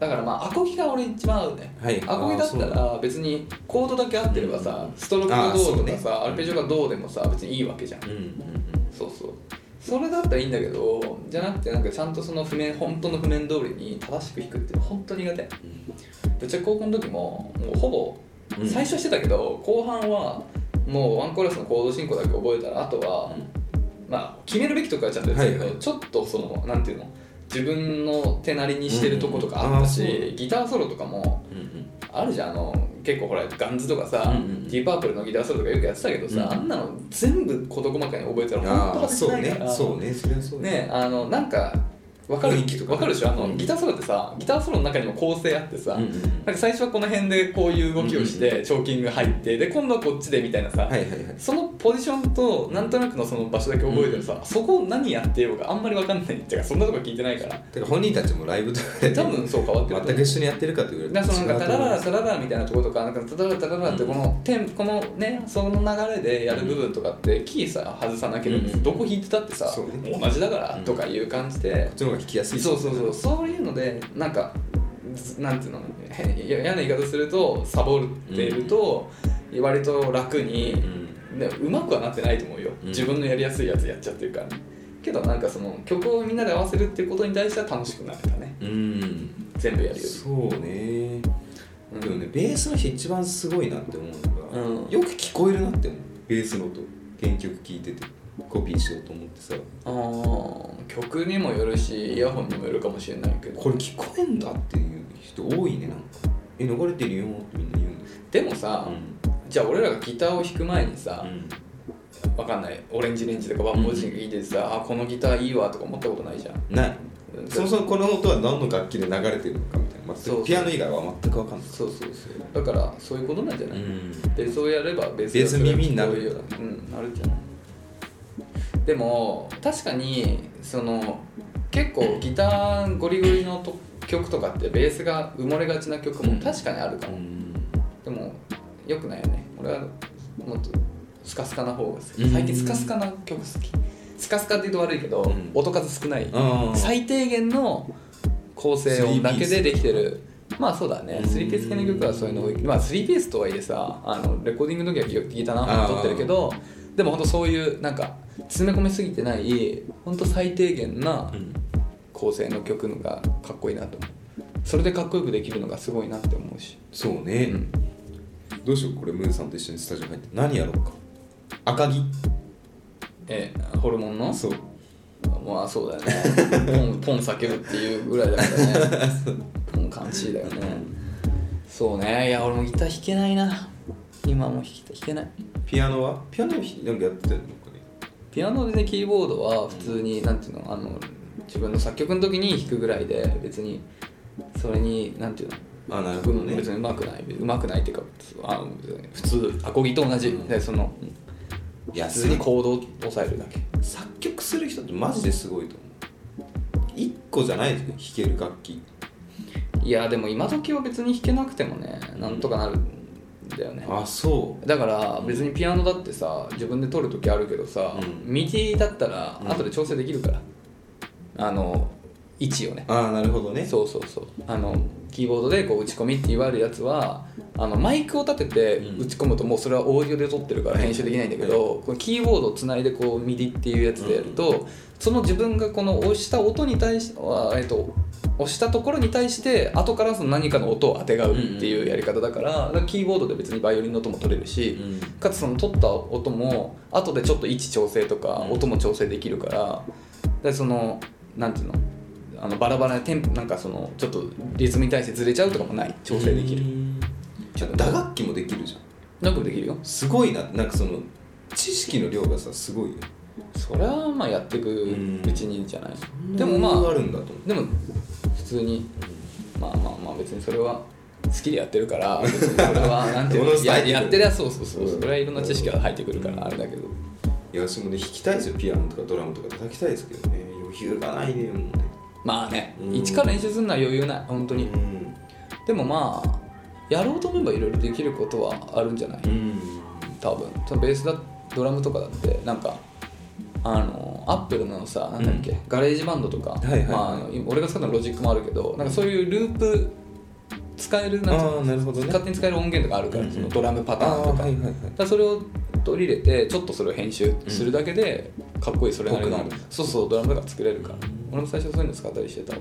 S2: だからまあアコギが俺一番合うね
S1: はい
S2: アコギだった
S1: あ
S2: ら別にコードだけ合ってればさストローク
S1: あ
S2: が
S1: ー
S2: どう
S1: そ
S2: と
S1: う
S2: か
S1: ね
S2: さ、アルペジオがどうでもさ別にいいわけじゃん
S1: うんうん
S2: そうそうそれだったらいいんだけどじゃなくてなんかちゃんとその譜面本当の譜面通りに正しく弾くって本当苦手ぶっちゃけ高校の時ももうほぼ
S1: うん
S2: 最初はしてたけど、後半はもうワンコーラスのコード進行だけ覚えたらあとは、まあ決めるべきとこはちゃんとやってたけど、
S1: はいはい
S2: ちょっとそのなんていうの自分の手なりにしてるとことかあったし、
S1: うんうんあーそう
S2: ギターソロとかも
S1: うんうん
S2: あるじゃんあの結構ほらガンズとかさ、
S1: うんうん
S2: ディープパープルのギターソロとかよくやってたけどさ、
S1: うん
S2: あんなの全部事細かに覚えた
S1: うん
S2: ら本当
S1: ああ
S2: 恥ず
S1: そ
S2: か
S1: う
S2: しい
S1: ね
S2: から
S1: そうねそれはそうね
S2: ねあのなんかわかる
S1: 雰囲気とかね
S2: わかるでしょあの、
S1: うん
S2: ギターソロってさギターソロの中にも構成あってさ、
S1: うんうんうん
S2: なんか最初はこの辺でこういう動きを
S1: う
S2: し
S1: ん
S2: てチョーキング入ってで今度はこっちでみたいなさ、
S1: はいはいはい
S2: そのポジションとなんとなくのその場所だけ覚えてるさ、そこ何やってようがあんまり分かんないっていうかそんなとこ聞いてないから
S1: てか本人たちもライブとかで
S2: 多分そう変わってると思
S1: 全
S2: う
S1: く一緒にやってるかと言われ
S2: だからそのなんかタラララ
S1: 違うと
S2: タラララみたいなところとかなんかタラララタララってこのテンこのねその流れでやる部分とかってキーさ外さなければ
S1: うん
S2: どこ弾いてたってさ
S1: そうね
S2: 同じだから
S1: うん
S2: とかいう感じで
S1: こっちの方が聞きやすい
S2: そうそうそうそういうのでなんかずなんていうの変いや嫌な言い方するとサボっていると、割と楽に、
S1: うん
S2: ね、うまくはなってないと思うよ、
S1: うん
S2: 自分のやりやすいやつやっちゃってるから、けどなんかその曲をみんなで合わせるっていうことに対しては楽しくなれたね
S1: うん
S2: 全部やるよ
S1: そうね
S2: り
S1: でもねベースの人一番すごいなって思うのが
S2: うん
S1: よく聞こえるなって思うベースの音原曲聴いててコピーしようと思ってさ
S2: あー曲にもよるしイヤホンにもよるかもしれないけど
S1: これ聞こえんだっていう人多いねなんかえ流れてるよってみんな言うんです
S2: でもさ、じゃあ俺らがギターを弾く前にさ、わかんないオレンジレンジとかバンボーチンがいいでさ、あこのギターいいわとか思ったことないじゃん
S1: ない
S2: うん
S1: そもそもこの音は何の楽器で流れてるのかみたいな
S2: そう
S1: 全
S2: そ
S1: く
S2: う
S1: ピアノ以外は全く分かんない
S2: そうそうそうだからそういうことなんじゃない、
S1: ん
S2: ベースをやればベース
S1: ベース耳になる
S2: ようなうんなるんじゃないでも確かにその結構ギターゴリゴリのと曲とかってベースが埋もれがちな曲も確かにあるかも、でもよくないよね俺はもっとスカスカな方が好き
S1: うん
S2: 最近スカスカな曲好きスカスカって言うと悪いけど、
S1: うん
S2: 音数少ない
S1: あー
S2: 最低限の構成音だけでできてるまあそうだね
S1: うん
S2: 3ピース系の曲はそういうの多いまあ3ピースとはいえさあのレコーディングの時はギター何本も撮ってるけどでもほんとそういうなんか詰め込みすぎてないほんと最低限な
S1: うん
S2: 構成の曲のがかっこいいなと思うそれでかっこよくできるのがすごいなって思うし、
S1: そう
S2: う
S1: ね
S2: ん、
S1: どうしようこれムーさんと一緒にスタジオ入って何やろうか赤木
S2: えホルモンの
S1: そう
S2: まあそうだよね ポンポン叫ぶっていうぐらいだからねポン感じだよねそうねいや俺もギター弾けないな今もう弾きた弾けない
S1: ピアノはピアノひなんかやってたのかね
S2: ピアノでねキーボードは普通に、なんていうのあの自分の作曲の時に弾くぐらいで別にそれになんていうの
S1: あなるほ
S2: う
S1: ど
S2: ん
S1: ね
S2: 別にうまくない別にうまくないっていうかあ普通アコギと同じ、
S1: うん
S2: でその
S1: いや
S2: 普通に行動を抑えるだけ
S1: 作曲する人ってマジですごいと思う一個じゃないですよ弾ける楽器
S2: いやでも今時は別に弾けなくてもねなんとかなるんだよね、
S1: あそう
S2: だから別にピアノだってさ自分で取る時あるけどさ、
S1: うん
S2: 右だったら
S1: うん
S2: 後で調整できるから、あの位置をね
S1: ああなるほどね
S2: そうそうそうあのキーボードでこう打ち込みって言われるやつはあのマイクを立てて
S1: うん
S2: 打ち込むともうそれはオーディオで撮ってるから編集できないんだけど、このキーボードをつないでこうミディっていうやつでやると、その自分がこの押した音に対して、あえっと、押したところに対して後からその何かの音をあてがうっていうやり方だから,、だからキーボードで別にバイオリンの音も取れるし、
S1: うん
S2: かつその撮った音も後でちょっと位置調整とか
S1: うん
S2: 音も調整できるからでそのなんていうのあのバラバラでテンポなんかそのちょっとリズムに対してずれちゃうとかもない調整できる
S1: うん打楽器もできるじゃん
S2: なんかできるよ
S1: すごいななんかその知識の量がさすごいよ
S2: それはまあやっていくうちにじゃないで
S1: で
S2: も
S1: も
S2: ま
S1: まああ
S2: あ
S1: るんだと思
S2: でも普通にまあまあまあ別にそれは好きでやってるから別にそれは なんていう
S1: もの
S2: の
S1: す
S2: い
S1: ごい入って
S2: や
S1: くる
S2: やってりゃそうそうそうそれはいろんな知識が入ってくるからあれだけど
S1: ういや私もね弾きたいですよピアノとかドラムとか叩きたいですけどね余裕がないねもうね
S2: まあね
S1: うん
S2: 一から練習するのは余裕ない本当
S1: う
S2: に
S1: ん
S2: でもまあやろうと思えばいろいろできることはあるんじゃない
S1: うん
S2: 多分そのベースだドラムとかだってなんかあのアップルのさなんだっけ、
S1: うん
S2: ガレージバンドとか、
S1: いはいはい
S2: まああの、今俺が使ったのロジックもあるけどなんかそういうループ使えるなんていうの
S1: ああなるほどね
S2: 勝手に使える音源とかあるから、
S1: うんうん
S2: そのドラムパタ
S1: あ
S2: ーンと
S1: あ
S2: か,、
S1: はいはいは
S2: だからそれを取り入れてちょっとそれを編集するだけで、かっこいいそれなりの
S1: ぽくなる
S2: そうそうドラムとか作れるから、
S1: うん
S2: 俺も最初そういうの使ったりしてたわ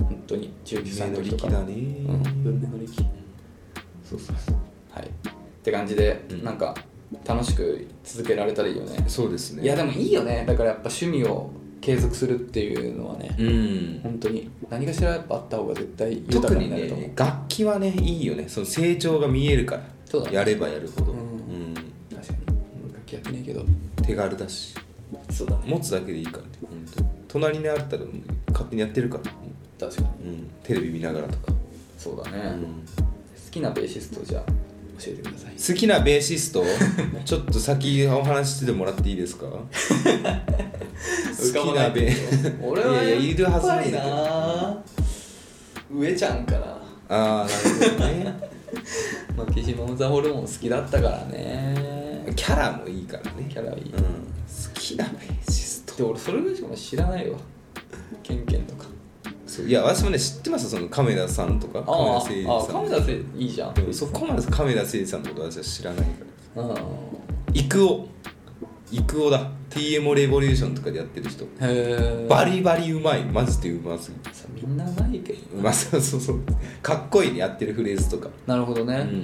S2: 本当に
S1: い
S2: 19歳
S1: 夢
S2: の
S1: の
S2: 時と
S1: 力
S2: か
S1: だね
S2: うん
S1: 夢の力
S2: そうそうそうはいって感じで、
S1: うん
S2: なんか楽しく続けられたらいいよね
S1: そうですね
S2: いやでもいいよねだからやっぱ趣味を継続するっていうのはね、
S1: うん
S2: 本当に何かしらやっぱあった方が絶対豊
S1: 特
S2: かに
S1: に
S2: なると思う、
S1: ね楽器はねいいよねその成長が見えるから
S2: そうだね
S1: やればやるほど、
S2: う
S1: う
S2: ん
S1: ん
S2: 確かに俺楽器やってないけど
S1: 手軽だし
S2: そうだ
S1: 持つだけでいいからね本当に隣にあったらもう勝手にやってるから、
S2: 確かに
S1: うん、テレビ見ながらとか、
S2: そうだね、好
S1: うん
S2: きなベーシストじゃあ教えてくださ い
S1: 好きなベーシ ストちょっと先お話ししてもらっていいですか好きなベー
S2: 俺は
S1: や
S2: い
S1: いやいるはずなんだけど
S2: やっぱりな上ちゃんかな
S1: ああなるほ
S2: まあ木島もザホルモン好きだったからね
S1: ど ねキャラもいいからね
S2: キャラいい
S1: うん、好きなベーシスト
S2: で俺それぐらいしかもう知らないわケンケンとか
S1: そういや私もね知ってますよその亀田さんとか
S2: あああ
S1: 亀田誠司
S2: 亀田せいいじゃん
S1: さんでもそこまで亀田誠司さんのことは私は知らないから
S2: うん
S1: イクオイクオだ TM レボリューションとかでやってる人
S2: へえ
S1: バリバリうまいマジでうますぎ
S2: さみんなないけ
S1: う
S2: ど
S1: まそうそうそうかっこいいねやってるフレーズとか、
S2: なるほどね、
S1: うん、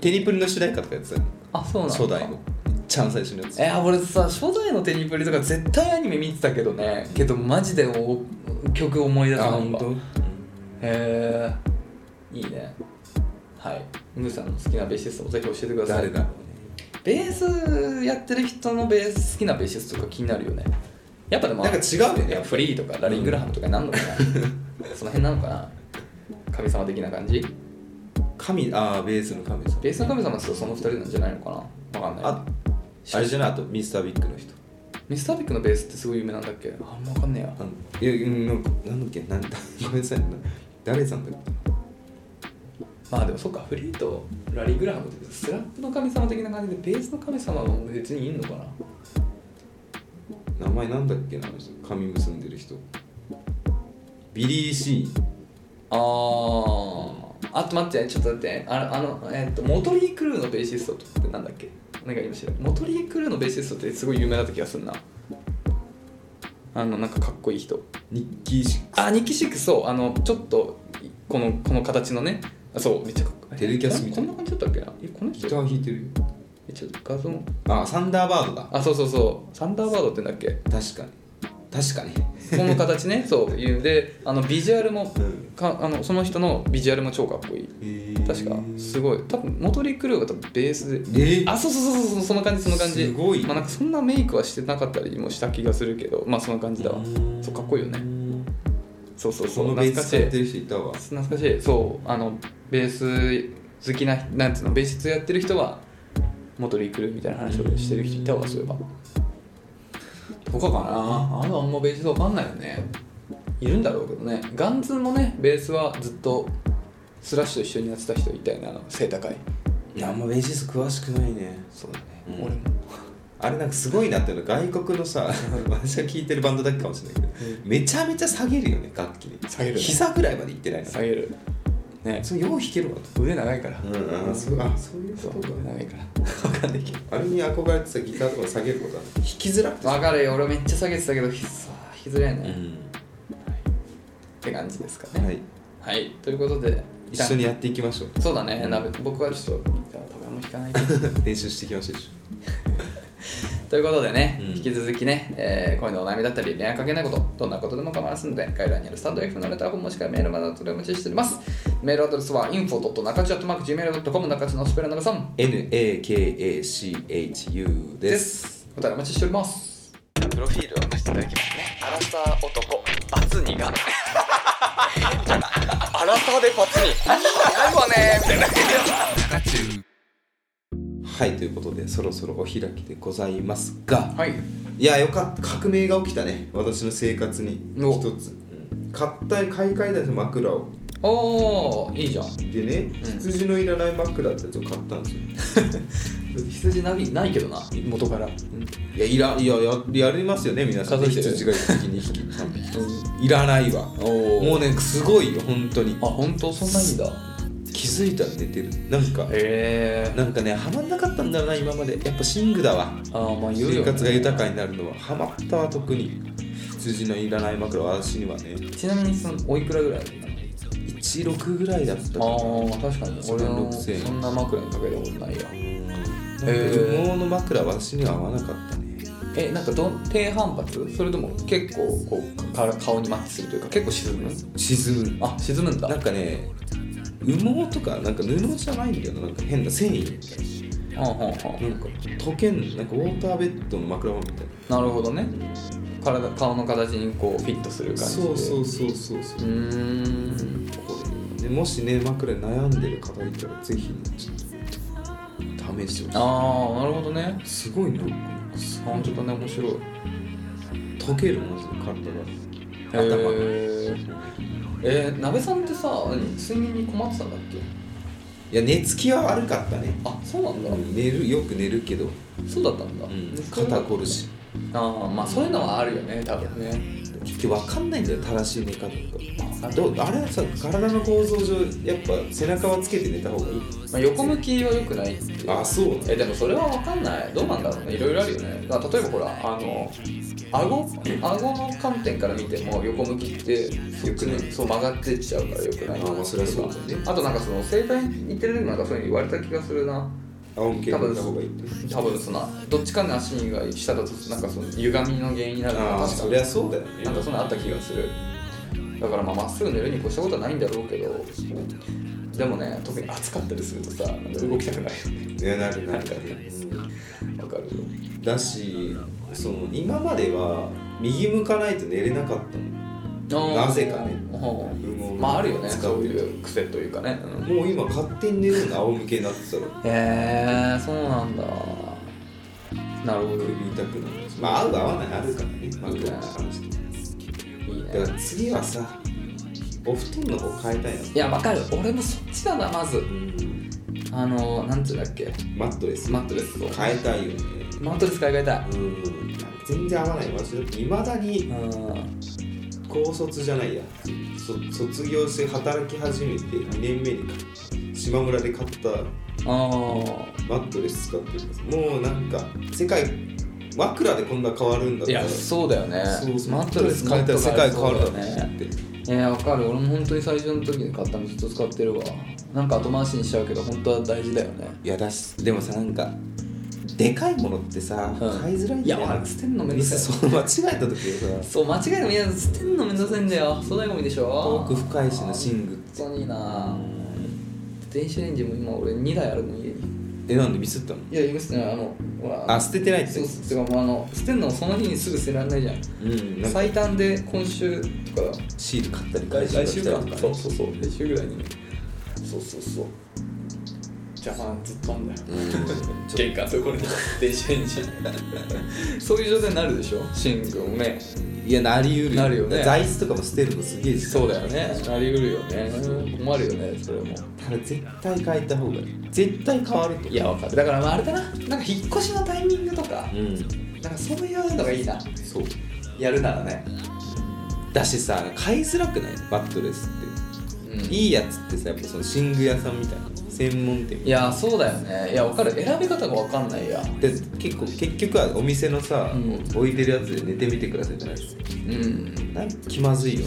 S1: テニプリの主題歌とかやってたよ
S2: あそうなんだ
S1: 初代のちゃん最初のやつ
S2: えー、俺さ初代のテニプリとか絶対アニメ見てたけどねけどマジでお曲思い出
S1: あ
S2: さな
S1: 本
S2: んか
S1: 当
S2: へえいいねはいムーさんの好きなベーシストもぜひ教えてください
S1: 誰だろ
S2: ベースやってる人のベース好きなベーシストとか気になるよねやっぱでも
S1: なんか違うよね
S2: いやフリーとかラリングラハムとかになんのかな、 その辺なのかな神様的な感じ
S1: うね神ああベースの神様
S2: ベースの神様ってその2人なんじゃないのかなわかんない
S1: ああれじゃないあとミスタービッグの人
S2: ミスタービックのベースってすごい有名なんだっけあんまわかんねえや
S1: あのいやうんなんかなんだっけなんだ ごめんなさいな誰さんだっけ
S2: まあでもそっかフリーとラリー・グラハムってスラップの神様的な感じでベースの神様も別にいんのかな
S1: 名前なんだっけなあの人髪結んでる人ビリー・シー
S2: あーあと待ってちょっと待ってあのあのえっとモトリー・クルーのベーシストってなんだっけなんか今知らないモトリー・クルーのベーシストってすごい有名だった気がするなあのなんかかっこいい人
S1: ニッキー・シック
S2: あニキシックそうあのちょっとこのこの形のねあそうめっちゃかっこいい
S1: テレキャスみたい
S2: こんな感じだったっけなえこ
S1: ス
S2: の
S1: ギ
S2: 人
S1: ター弾いてるよ
S2: えちょっと画像
S1: あサンダーバードだ
S2: あそうそうそうサンダーバードって言うんだっけ
S1: 確かに確 かに
S2: この形ねそういうであのビジュアルも
S1: うん
S2: かあのその人のビジュアルも超かっこいい確かすごい多分モトリー・クルーが多分ベースで
S1: え
S2: あそうそうそうそうその感じその感じ
S1: すごい
S2: まあ、なんかそんなメイクはしてなかったりもした気がするけどまあその感じだわそうかっこいいよね
S1: ね
S2: そうそう
S1: そ
S2: そう
S1: のベー
S2: 懐か
S1: ス
S2: し
S1: 使って
S2: い
S1: る人いたわ
S2: 懐かしいそうあのベース好きななんていうのベースやってる人はモトリー・クルーみたいな話をしてる人いたわそういえばとかかなあんまあんまベースわかんないよねいるんだろうけどねガンズもねベースはずっとスラッシュと一緒にやってた人いたよねあの背高い
S1: いやあんまベーシスト詳しくないね
S2: そうだね
S1: うん
S2: 俺も
S1: あれなんかすごいなっていうのは外国のさ私が聴いてるバンドだけかもしれないけどめちゃめちゃ下げるよね楽器に
S2: 下げるね
S1: 膝ぐらいまでいってないの
S2: 下げるね
S1: それよう弾けるわと
S2: 腕長いから
S1: うんうんそうあそういう
S2: そう
S1: ことか
S2: 腕長いから わかんないけど
S1: あれに憧れてさギターとか下げることは弾きづらくて
S2: わかるよ俺めっちゃ下げてたけどひさあ引きずれないね、っ
S1: う
S2: て感じですか
S1: ん
S2: ね
S1: はい
S2: はい、ということで
S1: 一緒にやっていきましょう
S2: そうだね鍋僕はちょっとギター多分も弾かないけど
S1: 練習していきましょう一緒に
S2: ということでね、
S1: うん
S2: 引き続きね、えー、恋のお悩みだったり恋愛かけないことどんなことでも構いませんので概要欄にあるスタンド F のレターフォームもしくはメールまでお取りお待ちしておりますメールアドレスは info.nakachi.gmail.com 中地のスペルのさん
S1: NAKACHU
S2: で
S1: です
S2: すお便りお待ちしておりますプロフィールを見せていただきますねアラサー男バツニが アラサーでバツニないわねみたいな
S1: はいということでそろそろお開きでございますが
S2: はい
S1: いやよかった革命が起きたね私の生活に
S2: お
S1: 一つうん買った買い替えたんですよ枕を
S2: おーいいじゃん
S1: でね羊のいらない枕ってやつを買ったんですよ、
S2: 羊なぎないけどな元から
S1: いやいらいやややりますよね皆さん
S2: 数えてる
S1: 羊が1匹2匹3匹 いらないわ
S2: おお
S1: もうねすごいよ本当に
S2: あ本当そんないいんだ
S1: 気づいたら寝てるなんか
S2: へえ
S1: なんかねハマんなかったんだろうな今までやっぱ寝具だわ
S2: ああまあ言うよ、ね、
S1: 生活が豊かになるのはハマったわ特に羊のいらない枕は私にはね
S2: ちなみにそのおいくらぐらいなの
S1: 16ぐらいだった
S2: あ
S1: と思う
S2: ー確かに
S1: 1
S2: 俺
S1: 万
S2: の
S1: 6000円
S2: そんな枕にかけたことないや
S1: なんか羽毛の枕は私には合わなかったね
S2: えなんかどん低反発それとも結構こうか顔にマッチするというか結構沈む
S1: 沈む
S2: あ沈むんだ
S1: なんかね羽毛とかなんか布じゃないんだよななんか変な繊維みたい
S2: はんはんはん
S1: ななんか溶けんなんかウォーターベッドの枕みたいな
S2: なるほどね体顔の形にこうフィットする感じで
S1: そうそううそうそうそう
S2: うーん
S1: でもしね枕に悩んでる方いたらぜひねちょっと試してほしい
S2: ああなるほどね
S1: すごいな
S2: あ本当だね面白い
S1: 溶けるもん体が頭が
S2: へええー、鍋さんってさ何睡眠に困ってたんだっけ
S1: いや寝つきは悪かったね
S2: あそうなんだ、
S1: 寝るよく寝るけど、
S2: そうだったんだ、
S1: 肩こるし
S2: ああまあそういうのはあるよね多分ね
S1: 結局わかんないんだよ正しい寝方と
S2: あ
S1: かどうあれはさ体の構造上やっぱ背中はつけて寝た方がいい
S2: まあ、横向きは良くないっていう
S1: あそう
S2: えでもそれは分かんないどうなんだろうねいろいろあるよねだから例えばほらあの顎顎の観点から見ても横向きってよくないそう曲がってっちゃうからよくない
S1: あまあそれはそうだよね
S2: あとなんかその整体に行ってる時もなんかそういうの言われた気がするな
S1: あ音
S2: 多
S1: 源
S2: 分
S1: の方がいいって
S2: 多分そのどっちかの足が下だとなんかその歪みの原因になるの
S1: あ
S2: は
S1: あ
S2: 確か
S1: そりゃそうだよね
S2: なんかそんなのあった気がするだからまあまっすぐ寝るに越したことはないんだろうけどでもね特に暑かったりするとさなんか動きたくないよね
S1: いやなるなる
S2: わかるよ
S1: うんだしその今までは右向かないと寝れなかったのなぜかね
S2: うんまああるよね
S1: 使
S2: そうういう癖というかね、うん
S1: もう今勝手に寝るの仰向けになってたら
S2: へえそうなんだなるほど
S1: 首痛くなるしまあ合う合わないあるからねまあどっちかにして
S2: いい
S1: だ
S2: ね
S1: から次はさお布団の方変えたいない
S2: やわかる俺もそっちだなまず
S1: うん
S2: あのなんつうんだっけ
S1: マットレス
S2: マットレスを
S1: 変えたいよね
S2: マットレス買い替えたい
S1: うん全然合わない私だっていまだに
S2: うん
S1: 高卒じゃないやそ卒業して働き始めて2年目に島村で買った
S2: あ
S1: マットレス使ってますもうなんか世界枕でこんな変わるんだ
S2: あ
S1: っ
S2: い
S1: たら
S2: やそうだよね
S1: そうそう
S2: マットレス買
S1: マ
S2: っ
S1: ット
S2: た
S1: レス変えたら世界
S2: ら
S1: 変わるだ
S2: そ
S1: ろ
S2: う
S1: う
S2: だよ
S1: なっ
S2: ね
S1: て
S2: いやわかる俺も本当に最初の時に買ったのずっと使ってるわなんか後回しにしちゃうけど本当は大事だよね
S1: いやだしでもさなんかでかいものってさ、
S2: うん
S1: 買いづらいんだよ
S2: いやわかる捨てんのめんどくさい
S1: そう間違えた時はさ
S2: そう間違いでもいや捨てんのめんどくさいんだよ粗大ゴミでしょ
S1: 奥深いしな寝具って
S2: 本当にな電子レンジも今俺2台あるの家に
S1: えなんでミスったの
S2: いやいますねあのほら
S1: あ捨ててないって
S2: そうそうてかもうあの捨てんのその日にすぐ捨てられないじゃん
S1: うんなんか
S2: 最短で今週とか
S1: シール買ったり
S2: 来
S1: 回
S2: 週
S1: 収
S2: か
S1: 買ったりとか
S2: そ
S1: ね
S2: うそうそう来週ぐらいにねそうそうそう邪魔ずっとあんだよ
S1: うんちょ
S2: 玄関のところに 電子レンジそういう状態になるでしょ寝具もね
S1: いやなりうる
S2: なるよね
S1: 座椅子とかも捨てるのすげえし
S2: そうだよねなりうるよね困るよねそれも
S1: ただ絶対変えた方がいい絶対変わると
S2: いやわかるだからまああれだななんか引っ越しのタイミングとか
S1: うん
S2: なんかそういうのがいいな
S1: そう
S2: やるならね
S1: だしさ買いづらくないマットレスっ
S2: うん
S1: ていいやつってさやっぱその寝具屋さんみたいな専門店みたいない
S2: やそうだよねいやわかる選び方がわかんないや
S1: で結構結局はお店のさ、
S2: うん
S1: 置いてるやつで寝てみてくださいじゃないですか
S2: うん
S1: なんか気まずいよ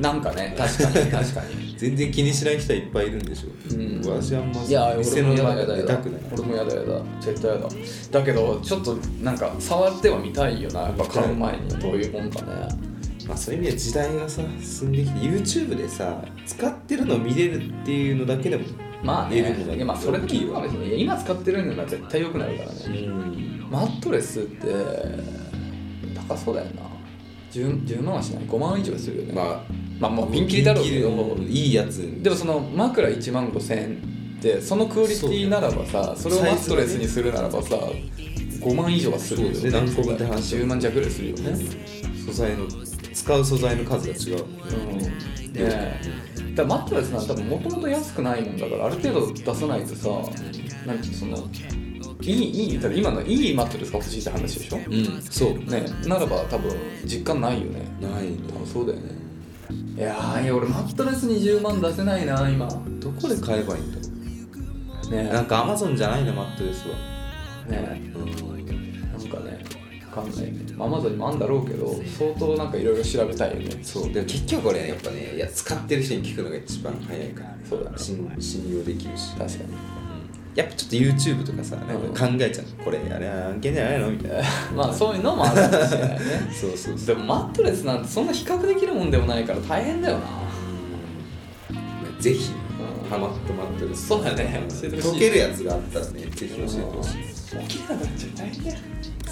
S1: な
S2: なんかね確かに確かに
S1: 全然気にしない人はいっぱいいるんでしょ、
S2: うん
S1: 私はあんま
S2: いや
S1: 店
S2: 俺
S1: の
S2: もや
S1: 中
S2: だやだ
S1: で
S2: や
S1: 寝た
S2: だ
S1: くない
S2: 俺もやだやだ絶対やだだけどちょっとなんか触っては見たいよなやっぱ買う前にどういうもんかね
S1: まあ、そういう意味で時代がさ進んできて YouTube でさ使ってるのを見れるっていうのだけでも
S2: まあ
S1: 寝るのが
S2: ねいやまあそれでいいわ別に今使ってるのなら絶対良くなるからね
S1: ん
S2: マットレスって高そうだよな 10, 10万はしない5万以上するよね
S1: まあ
S2: まあもうピンキリだろうけ
S1: ピンキ
S2: ど
S1: リいいやつ
S2: でもその枕1万5000円ってそのクオリティならばさそ
S1: そうだ
S2: れを
S1: よ
S2: マットレスにするならばさ5万以上はするよ
S1: そうだよね何個もって話
S2: 10万弱ぐらいするよね
S1: 素材の使う素材の数が違う
S2: うんねえだからマットレスなんて多分もともと安くないもんだからある程度出さないとさなんかそのいいいいだから今のいいマットレスが欲しいって話でしょね
S1: うんそう
S2: えならば多分実感ないよね
S1: ない
S2: 多
S1: の
S2: 分そうだよねいやーいや俺マットレスに10万出せないな今ね
S1: どこで買えばいいんだろ
S2: え
S1: うなんか Amazon じゃないなマットレスは
S2: ねえ
S1: うん
S2: なんかね、わかんないね。まあ、アマゾンにもあんだろうけど、相当なんかいろいろ調べたいよね。
S1: そうでも結局これやっぱねいや使ってる人に聞くのが一番早いから
S2: そうだね。
S1: 信信用できるし
S2: 確か
S1: やっぱちょっと YouTube とかさなんか考えちゃう、これあれ案件じゃないのみた いな
S2: に。まあ、そういうのもあるかもしれないね。
S1: そうそうそ
S2: で
S1: う
S2: も、マットレスなんてそんな比較できるもんでもないから大変だよな。
S1: うんぜひ
S2: うん
S1: ハマって待ってる
S2: そうだね教えてほしい
S1: 溶けるやつがあったらねぜひ教えてほしい
S2: 起きれなくなっちゃう大変だよ。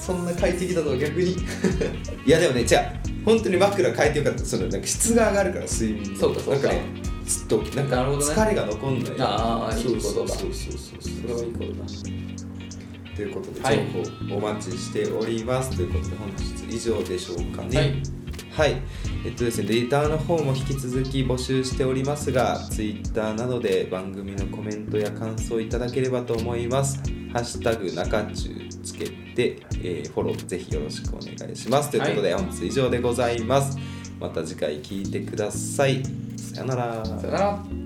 S2: そんな快適だと逆に。
S1: いやでもねじゃあ本当に枕変えてよかったそのなんか質が上がるから睡眠の
S2: そうかそうか
S1: なんねずっとなん
S2: な
S1: か
S2: るほどね
S1: 疲れが残んない
S2: あーいいことだ
S1: そうそうそうそう
S2: それはいいことだ。
S1: ということで
S2: はい
S1: 情報お待ちしております、ということで本日以上でしょうかね
S2: はい
S1: はい、えっとですねレターの方も引き続き募集しておりますが Twitter などで番組のコメントや感想をいただければと思いますハッシュタグ中中つけて、えーフォローぜひよろしくお願いしますということで、本日以上でございますまた次回聞いてくださいさよなら
S2: さよなら。